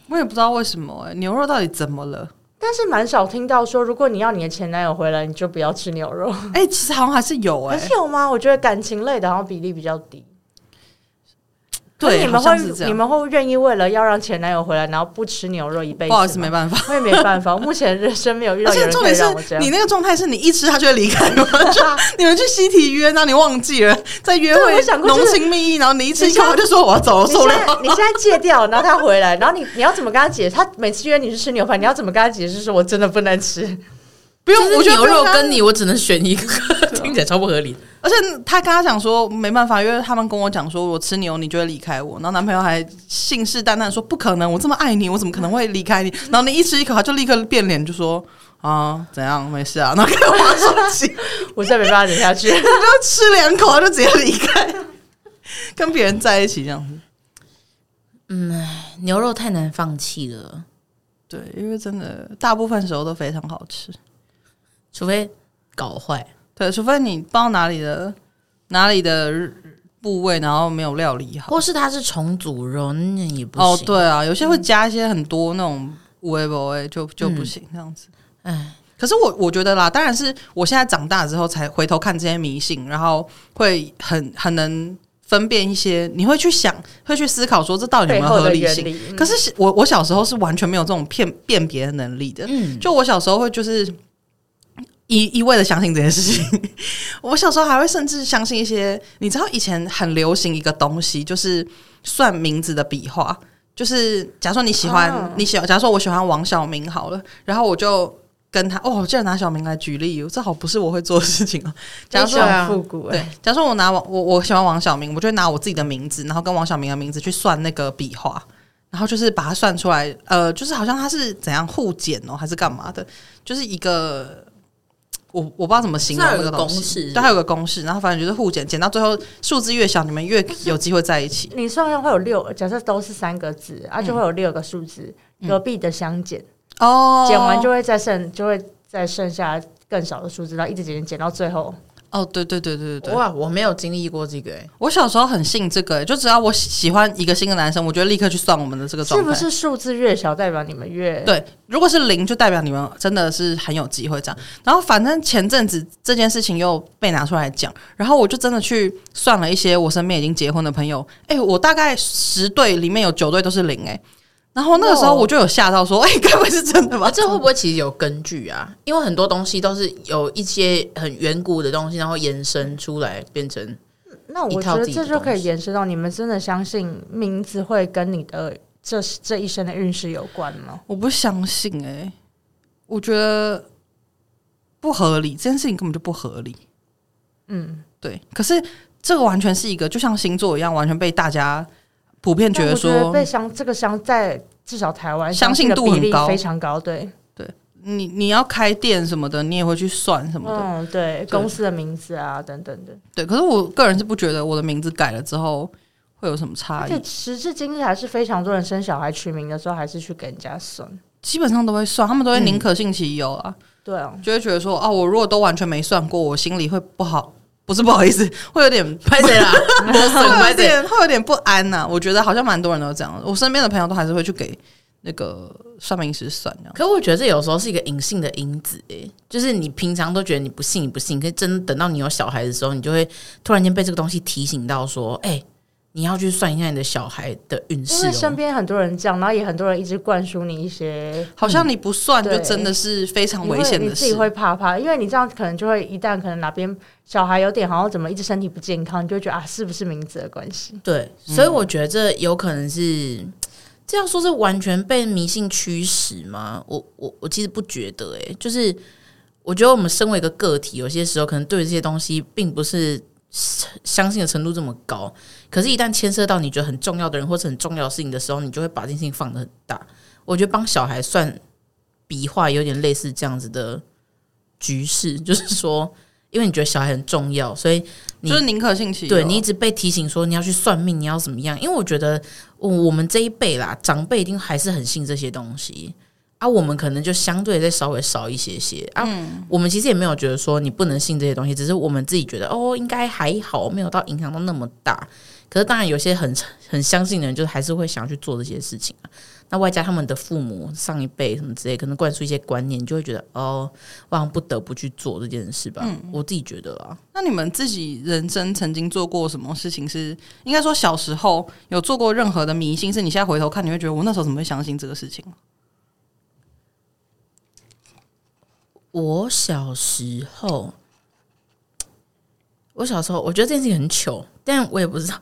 [SPEAKER 1] 我也不知道为什么、欸、牛肉到底怎么了？
[SPEAKER 3] 但是蛮少听到说，如果你要你的前男友回来，你就不要吃牛肉。
[SPEAKER 1] 哎、其实好像还是有哎、
[SPEAKER 3] 还是有吗？我觉得感情类的好像比例比较低。
[SPEAKER 1] 对，
[SPEAKER 3] 你们
[SPEAKER 1] 好像是这
[SPEAKER 3] 会
[SPEAKER 1] 样
[SPEAKER 3] 你们会愿意为了要让前男友回来，然后不吃牛肉一辈子？
[SPEAKER 1] 不好意思，没 办法。
[SPEAKER 3] 我也没办法，目前人生没有遇到
[SPEAKER 1] 而
[SPEAKER 3] 有
[SPEAKER 1] 且
[SPEAKER 3] 人
[SPEAKER 1] 重
[SPEAKER 3] 可
[SPEAKER 1] 点
[SPEAKER 3] 以
[SPEAKER 1] 是
[SPEAKER 3] 让我这样
[SPEAKER 1] 你。那个状态是你一吃他就会离开，然后 就你们去西体约，然后你忘记了在约
[SPEAKER 3] 对我
[SPEAKER 1] 会
[SPEAKER 3] 想过
[SPEAKER 1] 浓
[SPEAKER 3] 就是
[SPEAKER 1] 情蜜意，然后你一吃一口他就说我要走了，
[SPEAKER 3] 你
[SPEAKER 1] 受
[SPEAKER 3] 现
[SPEAKER 1] 不了。
[SPEAKER 3] 在你现在戒掉，然后他回来，然后你你要怎么跟他解释？他每次约你去吃牛排，你要怎么跟他解释？说我真的不能吃，
[SPEAKER 1] 不用，
[SPEAKER 2] 就
[SPEAKER 1] 我觉
[SPEAKER 2] 是
[SPEAKER 1] 得
[SPEAKER 2] 牛
[SPEAKER 1] 不用
[SPEAKER 2] 肉
[SPEAKER 1] 跟他
[SPEAKER 2] 跟你，我只能选一个，听起来超不合理。
[SPEAKER 1] 而且他跟他讲说没办法，因为他们跟我讲说我吃牛你就会离开我，然后男朋友还信誓旦旦说不可能，我这么爱你，我怎么可能会离开你？然后你一吃一口，他就立刻变脸，就说啊怎样没事啊，然后开始玩 手机，
[SPEAKER 3] 我再没办法忍下 去。
[SPEAKER 1] 他就吃两口他就直接离开，跟别人在一起这样子。
[SPEAKER 2] 牛肉太难放弃了，
[SPEAKER 1] 对，因为真的大部分时候都非常好吃，
[SPEAKER 2] 除非搞坏。
[SPEAKER 1] 对，除非你不知道哪里的哪里的部位，然后没有料理好。
[SPEAKER 2] 或是它是重组肉，那也不行。
[SPEAKER 1] 哦，，对啊，有些会加一些很多那种五 A 不 A 就就不行这样子。
[SPEAKER 2] 哎，
[SPEAKER 1] 嗯可是我我觉得啦，当然是我现在长大之后才回头看这些迷信，然后会很很能分辨一些，你会去想，会去思考说这到底有
[SPEAKER 3] 背
[SPEAKER 1] 没有
[SPEAKER 3] 后
[SPEAKER 1] 合
[SPEAKER 3] 的
[SPEAKER 1] 理
[SPEAKER 3] 原
[SPEAKER 1] 性。
[SPEAKER 3] 理，嗯
[SPEAKER 1] 可是我我小时候是完全没有这种辨辨别的能力的，
[SPEAKER 2] 嗯，
[SPEAKER 1] 就我小时候会就是一一味的相信这件事情， 我小时候还会甚至相信一些，你知道以前很流行一个东西，就是算名字的笔画，就是假如说你喜欢、
[SPEAKER 3] 哦
[SPEAKER 1] 你喜欢，假如说我喜欢王小明好了，然后我就。跟他哦，我竟然拿小明来举例，这好不是我会做的事情哦。假如
[SPEAKER 3] 你喜
[SPEAKER 1] 说
[SPEAKER 3] 欢
[SPEAKER 2] 对啊
[SPEAKER 3] 复古
[SPEAKER 1] 对
[SPEAKER 3] 哎，，
[SPEAKER 1] 假如说我拿王我我喜欢王小明，我就会拿我自己的名字，然后跟王小明的名字去算那个笔画，然后就是把它算出来。呃，就是好像它是怎样互减哦，还是干嘛的？就是一个我我不知道怎么形容
[SPEAKER 2] 它有
[SPEAKER 1] 那
[SPEAKER 2] 一
[SPEAKER 1] 个
[SPEAKER 2] 个
[SPEAKER 1] 东西，
[SPEAKER 2] 公式是不是
[SPEAKER 1] 对，它有个公式，然后反正就是互减，减到最后数字越小，你们越有机会在一起。
[SPEAKER 3] 你算上会有六，假设都是三个字，啊，就会有六个数字，
[SPEAKER 1] 嗯
[SPEAKER 3] 隔壁的相减，
[SPEAKER 1] 哦，
[SPEAKER 3] 减完就会再剩，就会再剩下更少的数字，然后一直减减减到最后。
[SPEAKER 1] 哦，对对对对对对，
[SPEAKER 2] 哇，我没有经历过这 个、哎，
[SPEAKER 1] 我小时候很信这个、就只要我喜欢一个新的男生，我就会立刻去算我们的这个状
[SPEAKER 3] 是
[SPEAKER 1] 态。
[SPEAKER 3] 不是数字越小，代表你们越
[SPEAKER 1] 对，如果是零，就代表你们真的是很有机会这样。然后反正前阵子这件事情又被拿出来讲，然后我就真的去算了一些我身边已经结婚的朋友，哎、我大概十对里面有九对都是零、哎。然后那个时候
[SPEAKER 3] 哦
[SPEAKER 1] 我就有吓到，说：“ 哎、该不会是真的吧
[SPEAKER 2] 啊，？”这会不会其实有根据啊？因为很多东西都是有一些很远古的东西，然后延伸出来变成
[SPEAKER 3] 那
[SPEAKER 2] 一
[SPEAKER 3] 我
[SPEAKER 2] 套
[SPEAKER 3] 觉得
[SPEAKER 2] 自己的
[SPEAKER 3] 这就可
[SPEAKER 2] 东
[SPEAKER 3] 以
[SPEAKER 2] 西
[SPEAKER 3] 延伸到你们真的相信名字会跟你的这这一生的运势有关吗？
[SPEAKER 1] 我不相信、哎，我觉得不合理，这件事情根本就不合理。
[SPEAKER 3] 嗯，
[SPEAKER 1] 对，可是这个完全是一个就像星座一样，完全被大家普遍觉
[SPEAKER 3] 但
[SPEAKER 1] 得
[SPEAKER 3] 我
[SPEAKER 1] 说
[SPEAKER 3] 得被相这个相在至少台湾
[SPEAKER 1] 相信
[SPEAKER 3] 的
[SPEAKER 1] 度
[SPEAKER 3] 比
[SPEAKER 1] 很
[SPEAKER 3] 例
[SPEAKER 1] 高
[SPEAKER 3] 非常高，对，
[SPEAKER 1] 你你要开店什么的，你也会去算什么的，
[SPEAKER 3] 嗯，对，公司的名字啊等等的，
[SPEAKER 1] 对。可是我个人是不觉得我的名字改了之后会有什么差
[SPEAKER 3] 而
[SPEAKER 1] 异
[SPEAKER 3] 且，时至今日还是非常多人生小孩取名的时候还是去给人家算，
[SPEAKER 1] 基本上都会算，他们都会宁可信其有啊，
[SPEAKER 3] 对啊，
[SPEAKER 1] 就会觉得说哦，我如果都完全没算过，我心里会不好， 不是不好意思，会有点
[SPEAKER 2] 拍谁啦？ 我
[SPEAKER 1] 会
[SPEAKER 2] 损
[SPEAKER 1] 有
[SPEAKER 2] 拍谁？
[SPEAKER 1] 点会有点不安呐、我觉得好像蛮多人都这样，我身边的朋友都还是会去给那个算命师算这样。
[SPEAKER 2] 可我觉得这有时候是一个隐性的因子、哎，就是你平常都觉得你不信，你不信，可是真等到你有小孩的时候，你就会突然间被这个东西提醒到，说，哎、你要去算一下你的小孩的运
[SPEAKER 3] 因
[SPEAKER 2] 势、
[SPEAKER 3] 为身
[SPEAKER 2] 哦。
[SPEAKER 3] 边很多人这样，然后也很多人一直灌输你一些
[SPEAKER 1] 好像你不算，就
[SPEAKER 3] 对
[SPEAKER 1] 真的是非常
[SPEAKER 3] 你
[SPEAKER 1] 危
[SPEAKER 3] 会
[SPEAKER 1] 险
[SPEAKER 3] 你
[SPEAKER 1] 的
[SPEAKER 3] 自己
[SPEAKER 1] 事。
[SPEAKER 3] 会怕怕，因为你这样可能就会一旦可能哪边小孩有点好像怎么一直身体不健康，你就会觉得啊是不是名字的关系？
[SPEAKER 2] 对，所以我觉得这有可能是。这样说是完全被迷信驱使吗？我我我其实不觉得、欸，就是我觉得我们身为一个个体，有些时候可能对这些东西并不是相信的程度这么高，可是，一旦牵涉到你觉得很重要的人或者很重要的事情的时候，你就会把这件事情放得很大。我觉得帮小孩算笔画有点类似这样子的局势，就是说，因为你觉得小孩很重要，所以你
[SPEAKER 1] 就是宁可信其有，
[SPEAKER 2] 对你一直被提醒说你要去算命，你要怎么样？因为我觉得我我们这一辈啦，长辈一定还是很信这些东西。啊，我们可能就相对再稍微少一些些啊。我们其实也没有觉得说你不能信这些东西，只是我们自己觉得哦，应该还好，没有到影响到那么大。可是当然有些很很相信的人，就还是会想要去做这些事情啊。那外加他们的父母上一辈什么之类，可能灌输一些观念，你就会觉得哦，我好像不得不去做这件事吧。我自己觉得啊，
[SPEAKER 1] 那你们自己人生曾经做过什么事情是？应该说小时候有做过任何的迷信，是你现在回头看，你会觉得我那时候怎么会相信这个事情？
[SPEAKER 2] 我小时候，我小时候，我觉得这件事情很糗，但我也不知道，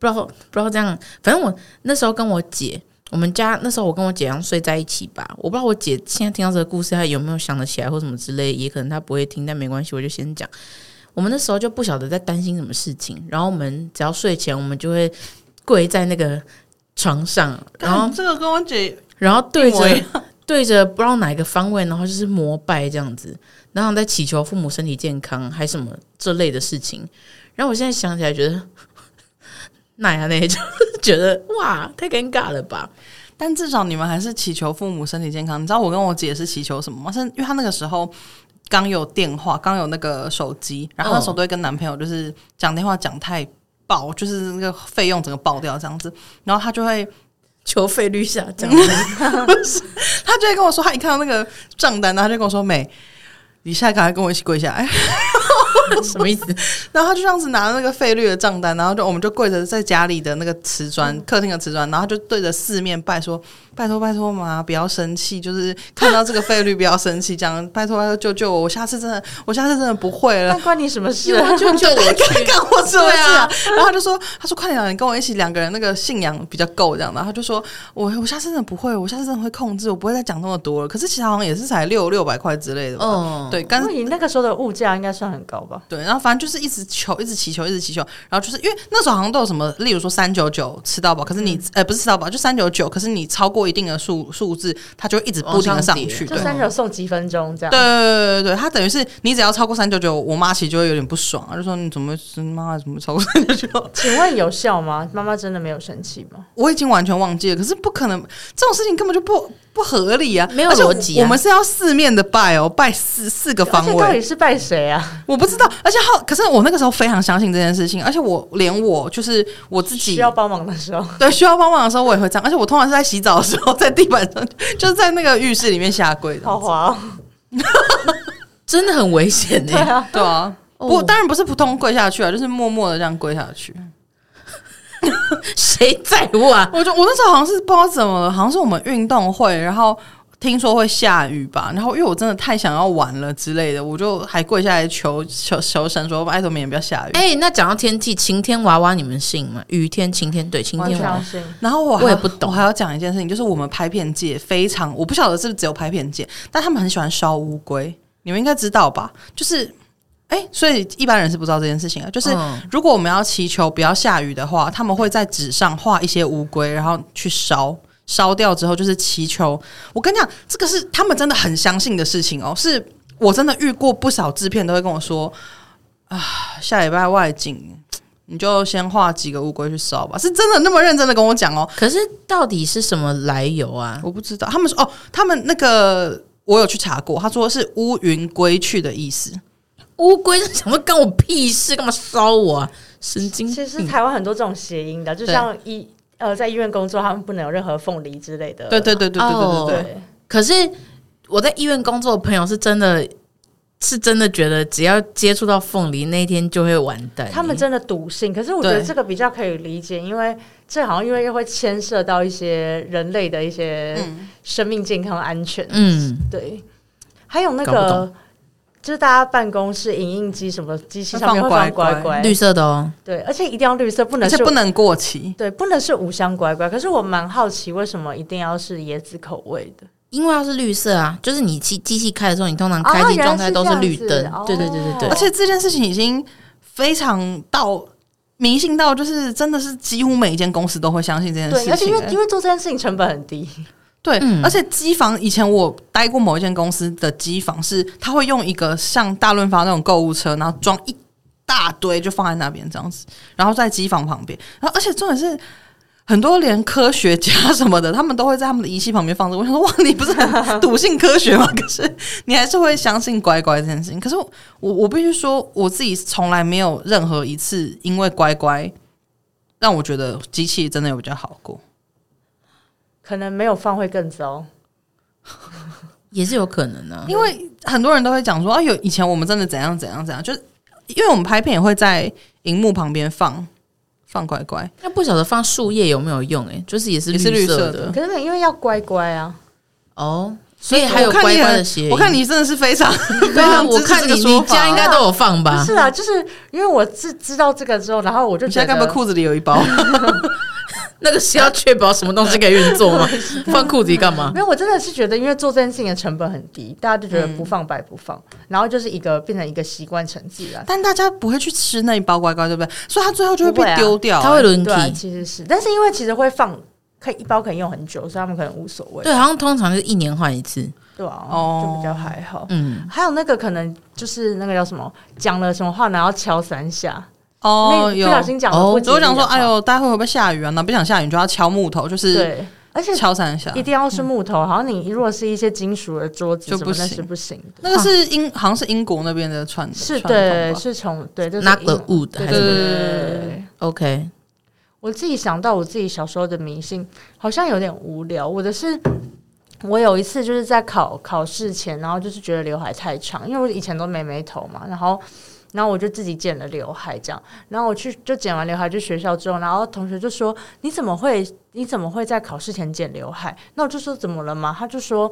[SPEAKER 2] 不知道不知道这样。反正我那时候跟我姐，我们家那时候我跟我姐要睡在一起吧。我不知道我姐现在听到这个故事，她有没有想得起来或什么之类，也可能她不会听，但没关系，我就先讲。我们那时候就不晓得在担心什么事情，然后我们只要睡前，我们就会跪在那个床上，然后
[SPEAKER 1] 干这个跟我姐
[SPEAKER 2] 然后对
[SPEAKER 1] 一模一
[SPEAKER 2] 着 对着不知道哪一个方位，然后就是膜拜这样子，然后在祈求父母身体健康，还什么这类的事情。然后我现在想起来，觉得 那呀那，就是觉得哇，太尴尬了吧？
[SPEAKER 1] 但至少你们还是祈求父母身体健康。你知道我跟我姐是祈求什么吗？是因为她那个时候刚有电话，刚有那个手机，然后那时候都会跟男朋友就是讲电话讲太爆，就是那个费用整个爆掉这样子，然后她就会
[SPEAKER 2] 求费率下降，
[SPEAKER 1] 她就会跟我说，她一看到那个账单，然后她就跟我说美。你现在赶快跟我一起跪下来，
[SPEAKER 2] 什么意思？
[SPEAKER 1] 然后她就这样子拿那个费率的账单，然后就我们就跪着在家里的那个瓷砖、客厅的瓷砖，然后就对着四面拜说：“拜托拜托妈，不要生气，就是看到这个费率不要生气，这样拜托拜托救救我，我下次真的我下次真的不会了
[SPEAKER 3] 那。”关你什 么事？啊
[SPEAKER 1] 就就我去干我什 么事啊？然后他就说，他说快点啊，你跟我一起，两个人那个信仰比较够这样。然后他就说，我我下次真的不会，我下次真的会控制，我不会再讲那么多了。可是其实好像也是才六六百块之类的吧？
[SPEAKER 2] 哦，
[SPEAKER 1] 对，但
[SPEAKER 3] 因
[SPEAKER 1] 是
[SPEAKER 3] 为你那个时候的物价应该算很高吧？
[SPEAKER 1] 对，然后反正就是一直求，一直祈求，一直祈求，然后就是因为那时候好像都有什么，例如说三九九吃到饱，可是你、呃不是吃到饱，就三九九，可是你超过一定的数数字，它就会一直不停的上
[SPEAKER 2] 往上叠
[SPEAKER 1] 去，
[SPEAKER 3] 就
[SPEAKER 1] 对。
[SPEAKER 3] 三九送几分钟这样。
[SPEAKER 1] 对对对对，他等于是你只要超过三九九，我妈其实就会有点不爽，啊就说你怎么会妈怎么超过三九九？
[SPEAKER 3] 请问有效吗？妈妈真的没有生气吗？
[SPEAKER 1] 我已经完全忘记了，可是不可能这种事情根本就不不合理啊，
[SPEAKER 2] 没有
[SPEAKER 1] 而且
[SPEAKER 2] 逻辑啊
[SPEAKER 1] 我我们是要四面的拜哦，拜四四个
[SPEAKER 3] 而
[SPEAKER 1] 方
[SPEAKER 3] 且到底
[SPEAKER 1] 位，
[SPEAKER 3] 是拜谁啊？
[SPEAKER 1] 我不知道。而且好，可是我那个时候非常相信这件事情，而且我连我就是我自己
[SPEAKER 3] 需要帮忙的时候，
[SPEAKER 1] 对需要帮忙的时候，我也会这样。而且我通常是在洗澡的时候，在地板上， 就是在那个浴室里面下跪的。
[SPEAKER 3] 好滑、哦。
[SPEAKER 2] 真的很危险欸呢、
[SPEAKER 3] 对 啊，
[SPEAKER 1] 对啊，
[SPEAKER 2] 哦
[SPEAKER 1] 不，当然不是普通跪下去啊，就是默默的这样跪下去。
[SPEAKER 2] 谁在乎啊？
[SPEAKER 1] 我就我那时候好像是不知道怎么了，好像是我们运动会，然后听说会下雨吧，然后因为我真的太想要玩了之类的，我就还跪下来求求求神说，拜托明天不要下雨。
[SPEAKER 2] 哎、那讲到天气，晴天娃娃你们信吗？雨天、晴天，对，晴
[SPEAKER 1] 完
[SPEAKER 2] 天
[SPEAKER 1] 全
[SPEAKER 2] 娃
[SPEAKER 1] 啊
[SPEAKER 2] 娃
[SPEAKER 3] 相，信
[SPEAKER 1] 然后我还
[SPEAKER 2] 嗯我也不懂
[SPEAKER 1] 我还要讲一件事情，就是我们拍片界非常，我不晓得是不是只有拍片界，但他们很喜欢烧乌龟，你们应该知道吧？就是。哎、所以一般人是不知道这件事情啊。就是
[SPEAKER 2] 嗯
[SPEAKER 1] 如果我们要祈求不要下雨的话，他们会在纸上画一些乌龟，然后去烧，烧掉之后就是祈求。我跟你讲，这个是他们真的很相信的事情哦。是我真的遇过不少制片都会跟我说啊，下礼拜外景你就先画几个乌龟去烧吧，是真的那么认真的跟我讲哦。
[SPEAKER 2] 可是到底是什么来由啊？
[SPEAKER 1] 我不知道，他们说哦，他们那个我有去查过，他说是乌云归去的意思。
[SPEAKER 2] 乌龟想说干我屁事，干嘛烧我、啊？神经
[SPEAKER 3] 其实
[SPEAKER 2] 病！
[SPEAKER 3] 台湾很多这种谐音的，就像医呃在医院工作，他们不能有任何凤梨之类的。
[SPEAKER 1] 对对对对对对对对。
[SPEAKER 3] 对，
[SPEAKER 2] 可是我在医院工作的朋友是真的，是真的觉得只要接触到凤梨那一天就会完蛋。
[SPEAKER 3] 他们真的笃信。可是我觉得
[SPEAKER 1] 对
[SPEAKER 3] 这个比较可以理解，因为这好像因为又会牵涉到一些人类的一些生命健康安全。
[SPEAKER 2] 嗯，
[SPEAKER 3] 对，还有那
[SPEAKER 2] 搞不
[SPEAKER 3] 个
[SPEAKER 2] 懂。
[SPEAKER 3] 就是大家办公室影印机什么机器上面
[SPEAKER 1] 会
[SPEAKER 3] 会
[SPEAKER 1] 放
[SPEAKER 3] 放
[SPEAKER 1] 乖
[SPEAKER 3] 乖乖，
[SPEAKER 2] 绿色的哦，
[SPEAKER 3] 对，而且一定要绿色，不
[SPEAKER 1] 而
[SPEAKER 3] 能
[SPEAKER 1] 且
[SPEAKER 3] 是
[SPEAKER 1] 不能过期，
[SPEAKER 3] 对，不能是五香乖乖。可是我蛮好奇，为什么一定要是椰子口味的？
[SPEAKER 2] 因为它是绿色啊，就是你机机器开的时候，你通常
[SPEAKER 3] 哦
[SPEAKER 2] 开机
[SPEAKER 3] 原来
[SPEAKER 2] 状态
[SPEAKER 3] 是
[SPEAKER 2] 都
[SPEAKER 3] 这样
[SPEAKER 2] 绿
[SPEAKER 3] 子
[SPEAKER 2] 灯。对对
[SPEAKER 3] 哦
[SPEAKER 2] 对对对，
[SPEAKER 1] 而且这件事情已经非常到迷信到，就是真的是几乎每一间公司都会相信这件事
[SPEAKER 3] 对，
[SPEAKER 1] 情。
[SPEAKER 3] 而且因为
[SPEAKER 1] 欸
[SPEAKER 3] 因为做这件事情成本很低，
[SPEAKER 1] 对，
[SPEAKER 2] 嗯
[SPEAKER 1] 而且机房以前我待过某一间公司的机房是，他会用一个像大润发那种购物车，然后装一大堆就放在那边这样子，然后在机房旁边，然后而且重点是。很多连科学家什么的，他们都会在他们的仪器旁边放着。我想说，哇，你不是很笃信科学吗？可是你还是会相信乖乖这件事情。可是我我我必须说，我自己从来没有任何一次因为乖乖让我觉得机器真的 有比较好过。
[SPEAKER 3] 可能没有放会更糟。
[SPEAKER 2] 也是有可能呢、
[SPEAKER 1] 因为很多人都会讲说啊，有以前我们真的怎样怎样怎样，就是因为我们拍片也会在荧幕旁边放放乖乖，
[SPEAKER 2] 那不晓得放树叶有没有用、欸？哎，就是也是
[SPEAKER 1] 也是绿色
[SPEAKER 2] 色的
[SPEAKER 1] 的
[SPEAKER 3] 可是没因为要乖乖啊，
[SPEAKER 2] 哦，所以还有
[SPEAKER 1] 我
[SPEAKER 2] 乖
[SPEAKER 1] 看你很
[SPEAKER 2] 乖的谐音。
[SPEAKER 1] 我看你真的是非常 非
[SPEAKER 2] 对啊，
[SPEAKER 1] 常
[SPEAKER 2] 我
[SPEAKER 1] 支持
[SPEAKER 2] 看
[SPEAKER 1] 这
[SPEAKER 2] 你
[SPEAKER 1] 个说
[SPEAKER 2] 你
[SPEAKER 1] 法
[SPEAKER 2] 家应该都有放
[SPEAKER 3] 不
[SPEAKER 2] 吧？
[SPEAKER 3] 是啊，就是因为我是知道这个之后，然后我就
[SPEAKER 1] 你
[SPEAKER 3] 觉
[SPEAKER 1] 现在
[SPEAKER 3] 得
[SPEAKER 1] 干嘛裤子里有一 包？
[SPEAKER 2] 那个是要确保什么东西可以运作 吗？放裤子里干嘛？
[SPEAKER 3] 没有，我真的是觉得，因为做这件事情的成本很低，大家就觉得
[SPEAKER 1] 嗯
[SPEAKER 3] 不放白不放，然后就是一个变成一个习惯成自然。
[SPEAKER 1] 但大家不会去吃那一包乖乖，对不对？所以它最后就会
[SPEAKER 3] 不会
[SPEAKER 1] 被
[SPEAKER 3] 啊
[SPEAKER 1] 丢掉、
[SPEAKER 2] 它会轮替
[SPEAKER 3] 对、，啊，其实是，但是因为其实会放，可以一包可以用很久，所以他们可能无所谓，
[SPEAKER 2] 对，好像通常就是一年换一次。
[SPEAKER 3] 对啊，
[SPEAKER 1] 哦
[SPEAKER 3] 就比较还好。
[SPEAKER 2] 嗯，
[SPEAKER 3] 还有那个可能就是那个叫什么，讲了什么话，然后敲三下，
[SPEAKER 1] 哦，
[SPEAKER 3] 那
[SPEAKER 1] 有
[SPEAKER 3] 不。小心讲了
[SPEAKER 2] 哦
[SPEAKER 3] 不
[SPEAKER 1] 所以我
[SPEAKER 3] 吉利
[SPEAKER 1] 想说，
[SPEAKER 3] 的话
[SPEAKER 1] 哎，呦，待会会不会下雨啊？那不想下雨，你就要敲木头，就是
[SPEAKER 3] 对，而且
[SPEAKER 1] 敲三下
[SPEAKER 3] 一。定要是木头，好像你如果是一些金属的桌子
[SPEAKER 1] 就
[SPEAKER 3] 什
[SPEAKER 1] 不
[SPEAKER 3] 么，那
[SPEAKER 1] 行
[SPEAKER 3] 是不行的。
[SPEAKER 1] 那个
[SPEAKER 2] 啊
[SPEAKER 1] 是英，好像是英国那边的传
[SPEAKER 3] 是
[SPEAKER 1] 传统
[SPEAKER 3] 对，
[SPEAKER 1] 吧
[SPEAKER 3] 是从对，就是
[SPEAKER 2] knock the
[SPEAKER 3] 英
[SPEAKER 2] wood
[SPEAKER 3] 对
[SPEAKER 2] 还
[SPEAKER 3] 对
[SPEAKER 2] 是什
[SPEAKER 3] 对
[SPEAKER 2] 么
[SPEAKER 3] 对对对对。
[SPEAKER 2] ？OK，
[SPEAKER 3] 我自己想到我自己小时候的迷信，好像有点无聊。我的是，我有一次就是在考考试前，然后就是觉得刘海太长，因为我以前都没眉头嘛，然后。然后我就自己剪了刘海，这样。然后我去就剪完刘海去学校之后，然后同学就说：“你怎么会你怎么会在考试前剪刘海？”那我就说：“怎么了嘛？”他就说：“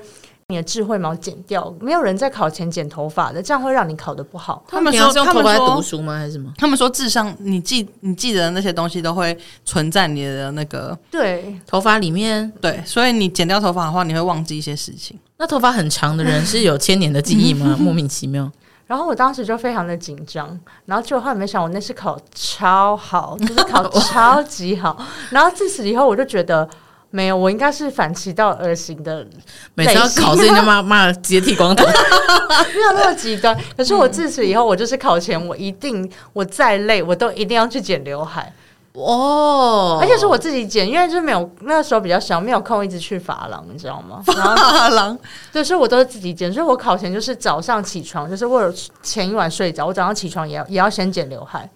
[SPEAKER 3] 你的智慧毛剪掉，没有人在考前剪头发的，这样会让你考得不好。”
[SPEAKER 1] 他们
[SPEAKER 2] 平常
[SPEAKER 1] 说，
[SPEAKER 2] 是用
[SPEAKER 1] 他
[SPEAKER 2] 头
[SPEAKER 1] 们
[SPEAKER 2] 发在
[SPEAKER 1] 说
[SPEAKER 2] 读，书吗？还是什么？
[SPEAKER 1] 他们说智商，你记你记得的那些东西都会存在你的那个
[SPEAKER 3] 对，
[SPEAKER 2] 头发里面，
[SPEAKER 1] 对，所以你剪掉头发的话，你会忘记一些事情。
[SPEAKER 2] 那头发很长的人是有千年的记忆 吗？莫名其妙。
[SPEAKER 3] 然后我当时就非常的紧张，然后结果后来没想，我那次考超好，就是考超级好。然后自此以后，我就觉得没有，我应该是反其道而行的，
[SPEAKER 2] 每次要考试，人家骂骂直接剃光头，
[SPEAKER 3] 没有那么极端。可是我自此以后，我就是考前，我一定我再累，我都一定要去剪刘海，
[SPEAKER 2] 哦
[SPEAKER 3] 而且是我自己剪，因为就是没有那时候比较小，没有空一直去发廊，你知道吗？然 后
[SPEAKER 1] 发廊，
[SPEAKER 3] 对，所以我都是自己剪，所以我考前就是早上起床，就是为了前一晚睡着，我早上起床也要也要先剪刘海。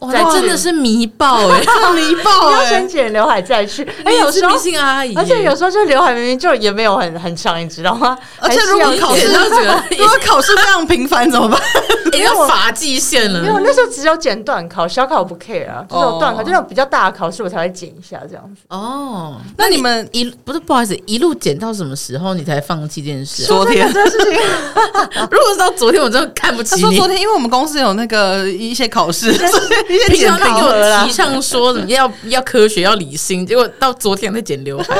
[SPEAKER 2] 哇，
[SPEAKER 3] 在
[SPEAKER 2] 那真的是迷爆哎、
[SPEAKER 1] 让你爆
[SPEAKER 3] 要
[SPEAKER 1] 哎、
[SPEAKER 3] 先剪刘海再去。 哎、
[SPEAKER 2] 你
[SPEAKER 3] 有
[SPEAKER 2] 也是
[SPEAKER 3] 时候
[SPEAKER 2] 迷，信阿姨耶、
[SPEAKER 3] 而且有时候这刘海明明就也没有很很长，你知道吗？
[SPEAKER 1] 而且如果
[SPEAKER 3] 还是要
[SPEAKER 1] 考
[SPEAKER 2] 一
[SPEAKER 1] 试
[SPEAKER 2] 点都觉得，
[SPEAKER 1] 如果考试非常频繁怎么 办？
[SPEAKER 2] 也哎要发际线
[SPEAKER 3] 没有
[SPEAKER 2] 了。
[SPEAKER 3] 那时候只有剪短考，小考我不 care 啊，就是有短考，
[SPEAKER 1] 哦
[SPEAKER 3] 就那种比较大的考试我才会剪一下这样子。
[SPEAKER 2] 哦，
[SPEAKER 1] 那你们
[SPEAKER 2] 一不是不好意思，一路剪到什么时候你才放弃这件事、
[SPEAKER 1] 昨天
[SPEAKER 3] 这。个事情
[SPEAKER 2] 啊？ 如果是到昨天，我真的看不
[SPEAKER 1] 他
[SPEAKER 2] 起
[SPEAKER 1] 说
[SPEAKER 2] 你
[SPEAKER 1] 昨。天，因为我们公司有那个一些考试，所以一些
[SPEAKER 2] 平
[SPEAKER 1] 检
[SPEAKER 2] 常在
[SPEAKER 1] 讨
[SPEAKER 2] 给
[SPEAKER 3] 了
[SPEAKER 2] 我
[SPEAKER 3] 啦
[SPEAKER 2] 提倡说什么要要科学要理性，结果到昨天在剪刘海，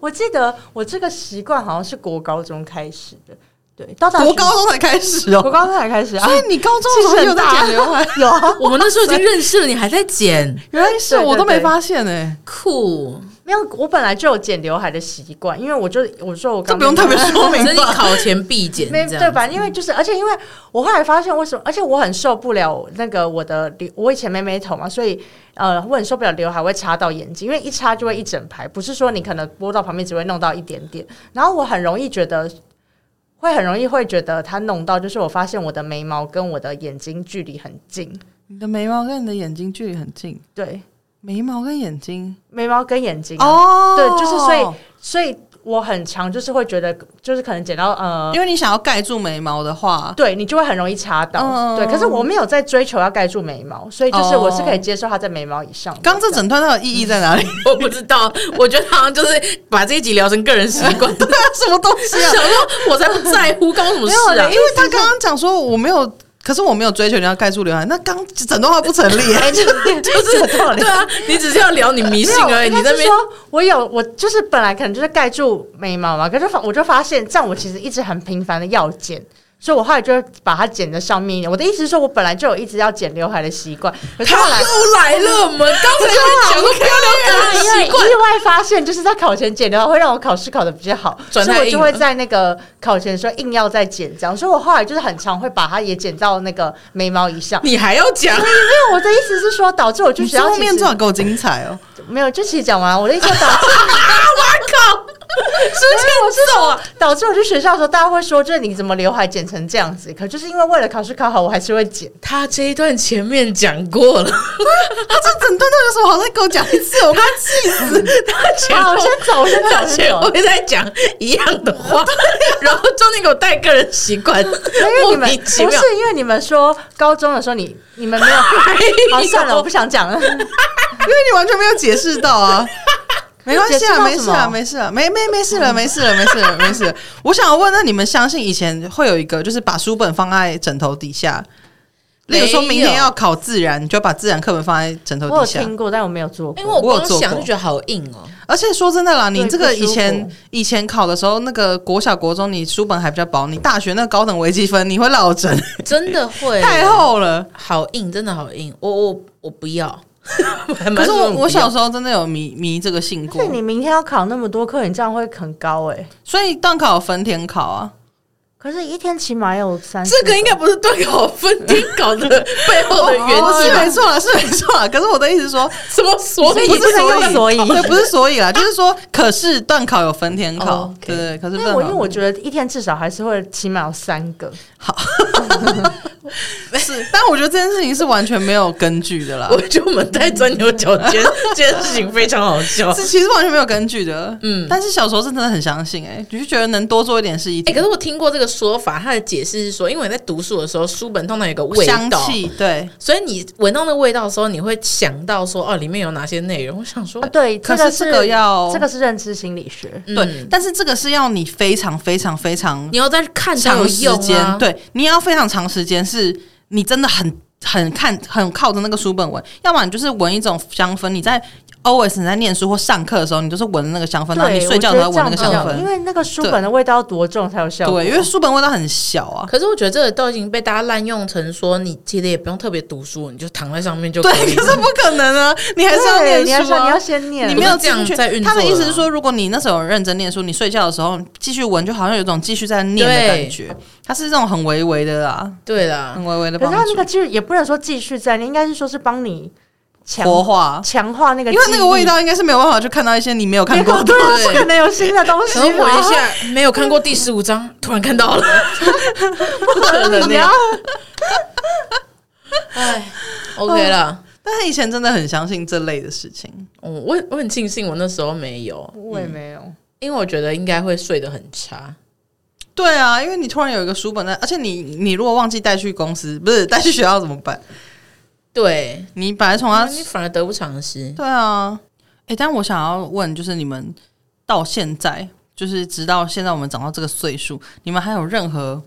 [SPEAKER 3] 我记得我这个习惯好像是国高中开始的，对，到大学
[SPEAKER 1] 国高中才开始哦、
[SPEAKER 3] 国高中才开始啊
[SPEAKER 1] 所。以你高中的时候
[SPEAKER 3] 气
[SPEAKER 1] 有在
[SPEAKER 3] 势大
[SPEAKER 1] 剪刘海，
[SPEAKER 3] 有啊，
[SPEAKER 2] 我们那时候已经认识了，你还在剪，
[SPEAKER 1] 原来是
[SPEAKER 3] 对对
[SPEAKER 1] 我都没
[SPEAKER 3] 对
[SPEAKER 1] 发现哎、
[SPEAKER 2] 酷！
[SPEAKER 3] 没有，我本来就有剪刘海的习惯，因为我就我说我
[SPEAKER 1] 这
[SPEAKER 3] 刚
[SPEAKER 1] 不用特别说明
[SPEAKER 2] 所以你
[SPEAKER 1] 吧？
[SPEAKER 2] 考前必剪，
[SPEAKER 3] 没
[SPEAKER 2] 这
[SPEAKER 3] 对
[SPEAKER 2] 样
[SPEAKER 3] 吧？因为就是，而且因为我后来发现为什么，而且我很受不了那个我的刘，我以前没眉头嘛，所以呃，我很受不了刘海会插到眼睛，因为一插就会一整排，不是说你可能拨到旁边只会弄到一点点。然后我很容易觉得，会很容易会觉得它弄到，就是我发现我的眉毛跟我的眼睛距离很近，
[SPEAKER 1] 你的眉毛跟你的眼睛距离很近，
[SPEAKER 3] 对，
[SPEAKER 1] 眉毛跟眼睛
[SPEAKER 3] 眉毛跟眼睛啊，
[SPEAKER 1] 哦
[SPEAKER 3] 对就是所以所以我很常就是会觉得，就是可能剪到呃
[SPEAKER 1] 因为你想要盖住眉毛的话，
[SPEAKER 3] 对你就会很容易擦到。
[SPEAKER 1] 嗯
[SPEAKER 2] 哦
[SPEAKER 3] 对，可是我没有在追求要盖住眉毛，所以就是我是
[SPEAKER 2] 哦
[SPEAKER 3] 可以接受它在眉毛以上的。
[SPEAKER 1] 刚这诊断它的意义在哪里？
[SPEAKER 2] 我不知道，我觉得好像就是把这一集聊成个人习 惯。
[SPEAKER 1] 对啊，什么东西
[SPEAKER 2] 想
[SPEAKER 1] 啊？
[SPEAKER 2] 说我才不在乎，关我什么
[SPEAKER 1] 没有
[SPEAKER 2] 事
[SPEAKER 1] 啦，
[SPEAKER 2] 啊
[SPEAKER 1] 因？为他刚刚讲说我没有，可是我没有追求你要盖住刘海，那刚诊断话不成立、
[SPEAKER 3] 哎
[SPEAKER 1] 欸。
[SPEAKER 2] 就是对啊，你只是要聊你迷
[SPEAKER 3] 没
[SPEAKER 2] 信
[SPEAKER 3] 有，
[SPEAKER 2] 而已，你
[SPEAKER 3] 应
[SPEAKER 2] 在
[SPEAKER 3] 该
[SPEAKER 2] 那
[SPEAKER 3] 是
[SPEAKER 2] 边
[SPEAKER 3] 说我有我就是本来可能就是盖住眉毛嘛，可是发我就发现这样我其实一直很频繁的要剪，所以我后来就把它剪的上面一点。我的意思是说，我本来就有一直要剪刘海的习惯，可是后来
[SPEAKER 2] 又来了，我们刚才在讲说不 要
[SPEAKER 3] 因为意外发现，就是在考前剪的话，会让我考试考的比较好，所
[SPEAKER 2] 转
[SPEAKER 3] 以
[SPEAKER 2] 太
[SPEAKER 3] 我
[SPEAKER 2] 硬
[SPEAKER 3] 就会在那个考前的时候硬要再剪这样。所以我后来就是很常会把它也剪到那个眉毛以上。
[SPEAKER 2] 你还要讲？
[SPEAKER 3] 因为我的意思是说，导致我就
[SPEAKER 1] 你
[SPEAKER 3] 只
[SPEAKER 1] 这
[SPEAKER 3] 要
[SPEAKER 1] 后
[SPEAKER 3] 其
[SPEAKER 1] 面
[SPEAKER 3] 实
[SPEAKER 1] 这给我精彩哦！
[SPEAKER 3] 没有，就其实讲完了我的意思说导致
[SPEAKER 2] 之前走啊，
[SPEAKER 3] 导致我去学校的时候，大家会说，就是你怎么刘海剪成这样子？可就是因为为了考试考好，我还是会剪。
[SPEAKER 2] 他这一段前面讲过了，
[SPEAKER 1] 他这整段都有什么好再给我讲一次？我快气死！
[SPEAKER 2] 他前后
[SPEAKER 3] 好，我先走，我先走，
[SPEAKER 2] 他
[SPEAKER 3] 我先
[SPEAKER 2] 前
[SPEAKER 3] 走
[SPEAKER 2] 后。在讲一样的话，然后中间给我带个人习惯，
[SPEAKER 3] 因为
[SPEAKER 2] 莫
[SPEAKER 3] 你们
[SPEAKER 2] 名其
[SPEAKER 3] 不
[SPEAKER 2] 妙。
[SPEAKER 3] 是因为你们说高中的时候你你们没有，好算了，我不想讲了。
[SPEAKER 1] 因为你完全没有解释到 啊。没关系啊，没
[SPEAKER 3] 解释
[SPEAKER 1] 事
[SPEAKER 3] 到什
[SPEAKER 1] 啊，
[SPEAKER 3] 么嗯
[SPEAKER 1] 没事啊，没没没事了，没事了，没事 了，没事了。我想要问，那你们相信以前会有一个，就是把书本放在枕头底下，例如说明
[SPEAKER 2] 没
[SPEAKER 1] 天
[SPEAKER 2] 有
[SPEAKER 1] 要考自然，你就把自然课本放在枕头
[SPEAKER 3] 我有
[SPEAKER 1] 底下。
[SPEAKER 3] 听过，但我没有做过。
[SPEAKER 2] 因哎为我
[SPEAKER 1] 我有
[SPEAKER 2] 光
[SPEAKER 1] 做
[SPEAKER 2] 想
[SPEAKER 1] 过
[SPEAKER 2] 就觉得好硬哦，
[SPEAKER 1] 而且说真的啦，你
[SPEAKER 3] 对
[SPEAKER 1] 这个
[SPEAKER 3] 不舒
[SPEAKER 1] 以
[SPEAKER 3] 服
[SPEAKER 1] 前以前考的时候，那个国小国中你书本还比较薄，你大学那个高等微积分你会落枕，
[SPEAKER 2] 真的会
[SPEAKER 1] 太厚了。
[SPEAKER 2] 好硬，真的好硬，我我我不 要。
[SPEAKER 1] 可
[SPEAKER 2] 可
[SPEAKER 1] 是我我小时候真的有迷迷这个性过
[SPEAKER 3] 但，你明天要考那么多课，你这样会很高哎、
[SPEAKER 1] 所以段考有分天考啊。
[SPEAKER 3] 可是，一天起码有三四
[SPEAKER 2] 这个应该不是段考分天搞的背后的原
[SPEAKER 1] 哦是
[SPEAKER 2] 因啊吧？
[SPEAKER 1] 没错啦，是没错啦。可是我的意思是说，
[SPEAKER 2] 什么所以
[SPEAKER 3] 不是能用所以
[SPEAKER 1] 对，不是所以啦，就是说，可是段考有分天考，
[SPEAKER 2] 哦，OK
[SPEAKER 1] 对对，可是
[SPEAKER 3] 因
[SPEAKER 1] 段考
[SPEAKER 3] 为我因为我觉得一天至少还是会起码有三个，
[SPEAKER 1] 是，但我觉得这件事情是完全没有根据的啦
[SPEAKER 2] 我，觉得我们太钻牛角尖， 这件事情非常好笑。
[SPEAKER 1] 是其实完全没有根据的，嗯
[SPEAKER 2] 嗯。
[SPEAKER 1] 但是小时候是真的很相信、哎，你就觉得能多做一点是一
[SPEAKER 2] 哎、
[SPEAKER 1] 点。
[SPEAKER 2] 可是我听过这个说法，它的解释是说，因为你在读书的时候，书本通常有个味
[SPEAKER 1] 香
[SPEAKER 2] 道，
[SPEAKER 1] 气对，
[SPEAKER 2] 所以你闻到那个味道的时候，你会想到说，哦，里面有哪些内容？我想说
[SPEAKER 3] 啊、，对，
[SPEAKER 1] 可
[SPEAKER 3] 这个
[SPEAKER 1] 是这个要
[SPEAKER 3] 这个是认知心理学，
[SPEAKER 2] 嗯
[SPEAKER 1] 对，，但是这个是要你非常非常非常
[SPEAKER 2] 你要再看才有
[SPEAKER 1] 长时
[SPEAKER 2] 用
[SPEAKER 1] 间，
[SPEAKER 2] 啊。
[SPEAKER 1] 对，你要非常长时间，是你真的很很看很靠着那个书本闻，要不然你就是闻一种香氛，你在 always 你在念书或上课的时候，你就是闻那个香氛，然后嗯你
[SPEAKER 3] 对，
[SPEAKER 1] 睡觉的时候闻那个香
[SPEAKER 3] 我觉得这样比较好因
[SPEAKER 1] 氛，
[SPEAKER 3] 为那个书本的味道多重才有效果。
[SPEAKER 1] 对，因为书本味道很小啊。
[SPEAKER 2] 可是我觉得这个都已经被大家滥用成说，你其实也不用特别读书，你就躺在上面就
[SPEAKER 1] 对，
[SPEAKER 2] 以
[SPEAKER 1] 可
[SPEAKER 2] 了。
[SPEAKER 1] 是不可能啊！你还是要
[SPEAKER 3] 对
[SPEAKER 1] 念
[SPEAKER 3] 你还是
[SPEAKER 1] 书
[SPEAKER 3] 要你
[SPEAKER 1] 啊
[SPEAKER 3] 要，先念，
[SPEAKER 1] 你没有
[SPEAKER 2] 不是这样
[SPEAKER 1] 进去
[SPEAKER 2] 在运
[SPEAKER 1] 他的
[SPEAKER 2] 作
[SPEAKER 1] 意思
[SPEAKER 2] 的
[SPEAKER 1] 是
[SPEAKER 2] 啊
[SPEAKER 1] 说，如果你那时候有认真念书，你睡觉的时候继续闻，就好像有一种继续在念的
[SPEAKER 2] 对
[SPEAKER 1] 感觉。它是这种很微微的啦，
[SPEAKER 2] 对啦
[SPEAKER 1] 很，微微的
[SPEAKER 3] 可
[SPEAKER 1] 帮
[SPEAKER 3] 是他那
[SPEAKER 1] 助
[SPEAKER 3] 个就是也不能说继续在念，应该是说是帮你强
[SPEAKER 1] 活化。
[SPEAKER 3] 强化那个，
[SPEAKER 1] 因为那个味。道应该是没有办法去看到一些你没有看
[SPEAKER 3] 结
[SPEAKER 1] 过
[SPEAKER 3] 果
[SPEAKER 1] 的。
[SPEAKER 3] 对啊，不可能有新的东西
[SPEAKER 2] 可
[SPEAKER 3] 吧。
[SPEAKER 2] 能我一下没有看过第十五章，突然看到了， 不可能
[SPEAKER 3] 你
[SPEAKER 2] 呀
[SPEAKER 3] 要！
[SPEAKER 1] 嗯
[SPEAKER 2] 哎，OK 啦，
[SPEAKER 1] 但是以前真的很相信这类的事情，
[SPEAKER 2] 我我我很庆幸我那时候没有，
[SPEAKER 3] 我也没有，
[SPEAKER 2] 因为我觉得应该会睡得很差。
[SPEAKER 1] 对啊，因为你突然有一个书本在，而且你你如果忘记带去公司，不是带去学校怎么办？
[SPEAKER 2] 对，
[SPEAKER 1] 你本来从
[SPEAKER 2] 啊，
[SPEAKER 3] 哦
[SPEAKER 1] 他
[SPEAKER 2] 你反而得不偿失。
[SPEAKER 1] 对啊，哎、但我想要问，就是你们到现在，就是直到现在我们长到这个岁数，你们还有任何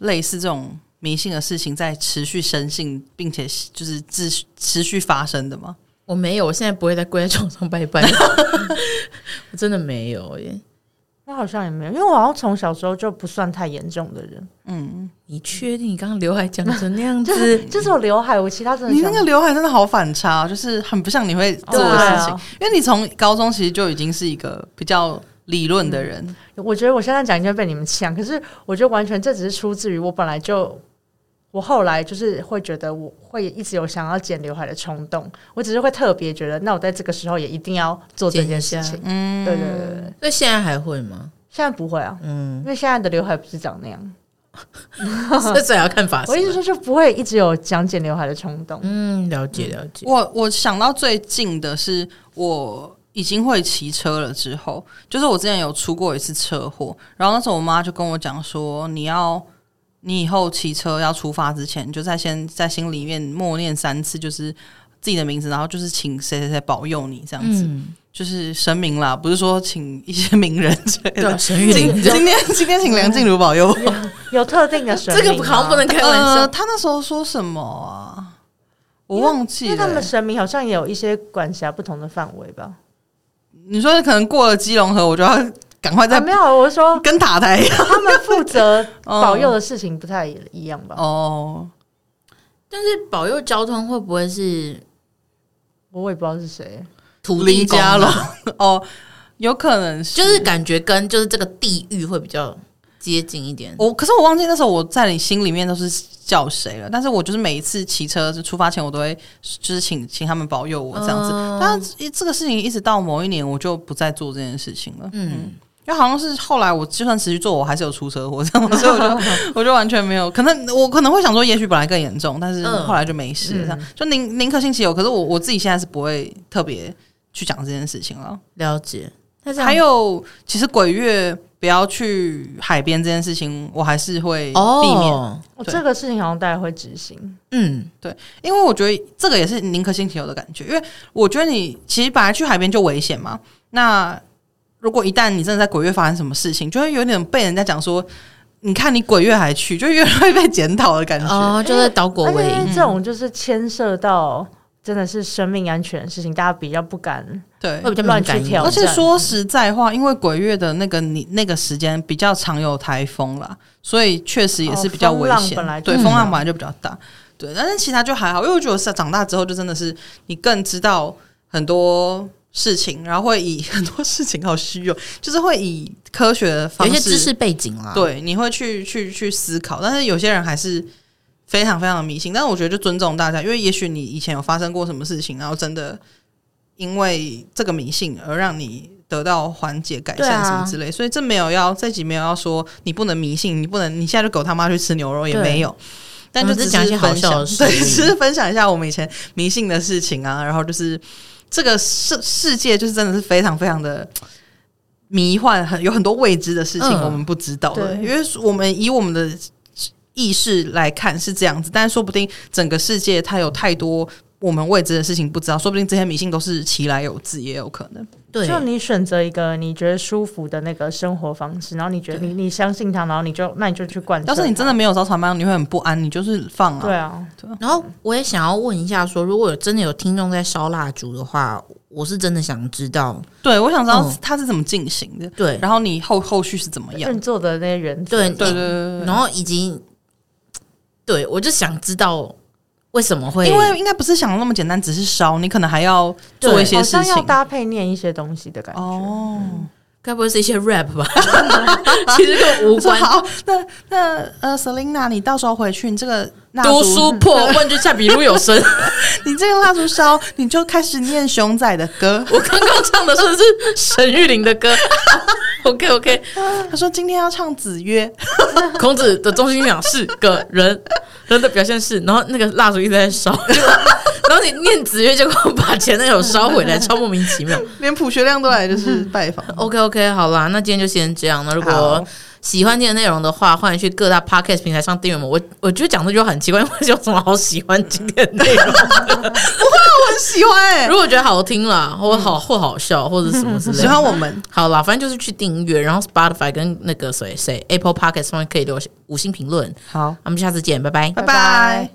[SPEAKER 1] 类似这种迷信的事情在持续深信，并且就是持续持续发生的吗？
[SPEAKER 2] 我没有，我现在不会再跪在床上拜拜， 我真的没有耶。
[SPEAKER 3] 我好像也没有，因为我好像从小时候就不算太严重的 人，
[SPEAKER 1] 嗯，
[SPEAKER 2] 你确定你刚刚刘海讲成那样 子？
[SPEAKER 3] 就是我刘海，我其他真的
[SPEAKER 1] 你那
[SPEAKER 3] 想
[SPEAKER 1] 个刘海真的好反差，哦就是很不像你会做的事情，
[SPEAKER 3] 对啊
[SPEAKER 1] 因为你从高中其实就已经是一个比较理论的人，
[SPEAKER 3] 我觉得我现在讲应该被你们呛，可是我觉得完全这只是出自于我本来就，我后来就是会觉得我会一直有想要剪刘海的冲动，我只是会特别觉得，那我在这个时候也一定要做这件事
[SPEAKER 2] 剪一
[SPEAKER 3] 情。
[SPEAKER 1] 嗯，
[SPEAKER 3] 对对对对，对
[SPEAKER 2] 那现在还会吗？
[SPEAKER 3] 现在不会啊，
[SPEAKER 2] 嗯
[SPEAKER 3] 因，为现在的刘海不是长那样。
[SPEAKER 2] 这这还要看发型
[SPEAKER 3] 我意思
[SPEAKER 2] 了。
[SPEAKER 3] 说就不会一直有想剪刘海的冲动。
[SPEAKER 2] 啊嗯，了解了解。
[SPEAKER 1] 我我想到最近的是，我已经会骑车了之后，就是我之前有出过一次车祸，然后那时候我妈就跟我讲说，你要你以后骑车要出发之前，你就在先在心里面默念三次，就是自己的名字，然后就是请谁谁谁保佑你这样子，
[SPEAKER 2] 嗯，
[SPEAKER 1] 就是神明啦，不是说请一些名人之类
[SPEAKER 3] 啊
[SPEAKER 1] 的。
[SPEAKER 2] 陈玉
[SPEAKER 1] 今
[SPEAKER 2] 玲
[SPEAKER 1] 今天今天请梁静茹保佑我。哎
[SPEAKER 3] 有特定的神
[SPEAKER 2] 这个
[SPEAKER 3] 明
[SPEAKER 2] 好像不
[SPEAKER 3] 吗
[SPEAKER 2] 能开玩笑。
[SPEAKER 1] 他那时候说什么啊？我忘记
[SPEAKER 3] 因为
[SPEAKER 1] 了、
[SPEAKER 3] 他们神明好像也有一些管辖不同的范围吧。
[SPEAKER 1] 你说可能过了基隆河，我就要赶快
[SPEAKER 3] 啊
[SPEAKER 1] 再
[SPEAKER 3] 没有，我说
[SPEAKER 1] 跟塔台一样
[SPEAKER 3] 他们负责
[SPEAKER 1] 哦
[SPEAKER 3] 保佑的事情不太一样吧？
[SPEAKER 1] 哦。
[SPEAKER 2] 但是保佑交通会不会是
[SPEAKER 3] 我也不知道是谁，
[SPEAKER 2] 土地
[SPEAKER 1] 林
[SPEAKER 2] 公啊
[SPEAKER 1] 家龙 哦，有可能是
[SPEAKER 2] 就是感觉跟就是这个地域会比较接近一点。
[SPEAKER 1] 我，可是我忘记那时候我在你心里面都是叫谁了。但是我就是每一次骑车就出发前，我都会就是请请他们保佑我这样子。
[SPEAKER 2] 哦
[SPEAKER 1] 但是这个事情一直到某一年，我就不再做这件事情了。
[SPEAKER 2] 嗯，
[SPEAKER 1] 因为好像是后来我就算持续做，我还是有出车祸这样，所以我 就我就完全没有，可能我可能会想说，也许本来更严重，但是
[SPEAKER 2] 嗯
[SPEAKER 1] 后来就没事了这样，就宁宁可信其有。可是我我自己现在是不会特别去讲这件事情了。
[SPEAKER 2] 了解。但是
[SPEAKER 1] 还有，其实鬼月不要去海边这件事情，我还是会
[SPEAKER 2] 哦，
[SPEAKER 1] 避免，
[SPEAKER 3] 我
[SPEAKER 1] 对
[SPEAKER 3] 这个事情好像大家会执行，
[SPEAKER 2] 嗯，
[SPEAKER 1] 因为我觉得这个也是宁可信其有的感觉。因为我觉得你其实本来去海边就危险嘛，那如果一旦你真的在鬼月发生什么事情，就会有点被人家讲说，你看你鬼月还去，就越来越被检讨的感觉。
[SPEAKER 2] 哦，就是导果
[SPEAKER 3] 而且
[SPEAKER 2] 为
[SPEAKER 3] 因
[SPEAKER 2] 因
[SPEAKER 3] 为这
[SPEAKER 1] 嗯
[SPEAKER 3] 种就是牵涉到真的是生命安全的事情，大家比较不敢。
[SPEAKER 1] 对
[SPEAKER 2] 会，比较
[SPEAKER 3] 乱
[SPEAKER 2] 敏嗯
[SPEAKER 3] 去
[SPEAKER 2] 感一点
[SPEAKER 3] 挑
[SPEAKER 1] 而
[SPEAKER 3] 战
[SPEAKER 1] 且说实在话，因为鬼月的那个你那个时间比较常有台风啦，所以确实也是比较危
[SPEAKER 3] 哦风
[SPEAKER 1] 险。
[SPEAKER 3] 浪本来就
[SPEAKER 1] 对，
[SPEAKER 2] 嗯
[SPEAKER 1] 风浪本来就比较大。对，但是其他就还好，因为我觉得我长大之后就真的是你更知道很多事情，然后会以 很多事情好虚哦，就是会以科学的
[SPEAKER 2] 有
[SPEAKER 1] 方
[SPEAKER 2] 一
[SPEAKER 1] 式，
[SPEAKER 2] 些知识背景啦。，
[SPEAKER 1] 对，你会去去去思考。但是有些人还是非常非常的迷信，但是我觉得就尊重大家，因为也许你以前有发生过什么事情，然后真的因为这个迷信而让你得到缓解、改
[SPEAKER 2] 对啊
[SPEAKER 1] 善什么之类，所以这没有要这集没有要说你不能迷信，你不能你现在就狗他妈去吃牛肉也
[SPEAKER 2] 对
[SPEAKER 1] 没有。但
[SPEAKER 2] 我
[SPEAKER 1] 就
[SPEAKER 2] 们
[SPEAKER 1] 只
[SPEAKER 2] 只讲一
[SPEAKER 1] 是
[SPEAKER 2] 些好
[SPEAKER 1] 分享
[SPEAKER 2] 笑的事
[SPEAKER 1] 对，
[SPEAKER 2] 而已
[SPEAKER 1] 只是分享一下我们以前迷信的事情啊，然后就是这个世世界就是真的是非常非常的迷幻，很有很多未知的事情
[SPEAKER 2] 嗯
[SPEAKER 1] 我们不知道的，
[SPEAKER 3] 对
[SPEAKER 1] 因为我们以我们的意识来看是这样子，但是说不定整个世界它有太多我们未知的事情不知道，说不定这些迷信都是其来有自，也有可能。
[SPEAKER 2] 对，
[SPEAKER 3] 就你选择一个你觉得舒服的那个生活方式，然后你觉得你你相信它，然后你就那你就去贯彻它。
[SPEAKER 1] 要是你真的没有早产班，你会很不安，你就是放啊，
[SPEAKER 3] 对啊，
[SPEAKER 2] 然后我也想要问一下说如果有真的有听众在烧蜡烛的话，我是真的想知道，
[SPEAKER 1] 对我想知道
[SPEAKER 2] 嗯
[SPEAKER 1] 它是怎么进行的，
[SPEAKER 2] 对
[SPEAKER 1] 然后你后后续是怎么样。
[SPEAKER 3] 运作的那些原则
[SPEAKER 2] 对
[SPEAKER 1] 对对对对
[SPEAKER 2] 然后以及对我就想知道为什么会
[SPEAKER 1] 对，因为应该不是想的那么简单，只是烧，你可能还要做一些
[SPEAKER 3] 好
[SPEAKER 1] 事
[SPEAKER 3] 像要
[SPEAKER 1] 情。
[SPEAKER 3] 搭配念一些东西的感觉。
[SPEAKER 1] 哦，
[SPEAKER 2] 该不会是一些 rap 吧？ 其实跟我无
[SPEAKER 1] 我 说
[SPEAKER 2] 关。
[SPEAKER 1] 好，那那呃，Selina，你到时候回去，你这个蜡烛
[SPEAKER 2] 读书破万卷下笔如 有声。
[SPEAKER 1] 你这个蜡烛烧，你就开始念熊仔的 歌。
[SPEAKER 2] 我刚刚唱的是不是沈玉琳的歌。OK OK，
[SPEAKER 1] 他说今天要唱子曰，
[SPEAKER 2] 孔子的中心思想是个人，人的表现是，然后那个蜡烛一直在烧，就然后你念子曰，结果把前男友烧回来，超莫名其 妙。
[SPEAKER 1] 连朴学亮都来 就是拜访。
[SPEAKER 2] OK OK，好啦，那今天就先这样。那如果
[SPEAKER 1] 好
[SPEAKER 2] 喜欢今天的内容的话，欢迎去各大 Podcast 平台上订阅我们。我我觉得讲这句话很奇怪，因为有什么好喜欢今天的内容？
[SPEAKER 1] 我很喜欢哎、
[SPEAKER 2] 如果觉得好听啦，或好或好笑，或者什么之类
[SPEAKER 1] 喜
[SPEAKER 2] 的。
[SPEAKER 1] 欢我们，
[SPEAKER 2] 嗯 好啦，反正就是去订阅，然后 Spotify 跟那个谁谁 Apple Podcast 上面可以留下五星评论。
[SPEAKER 1] 好，
[SPEAKER 2] 我们下次见，拜拜。
[SPEAKER 1] 拜
[SPEAKER 3] 拜拜
[SPEAKER 1] 拜。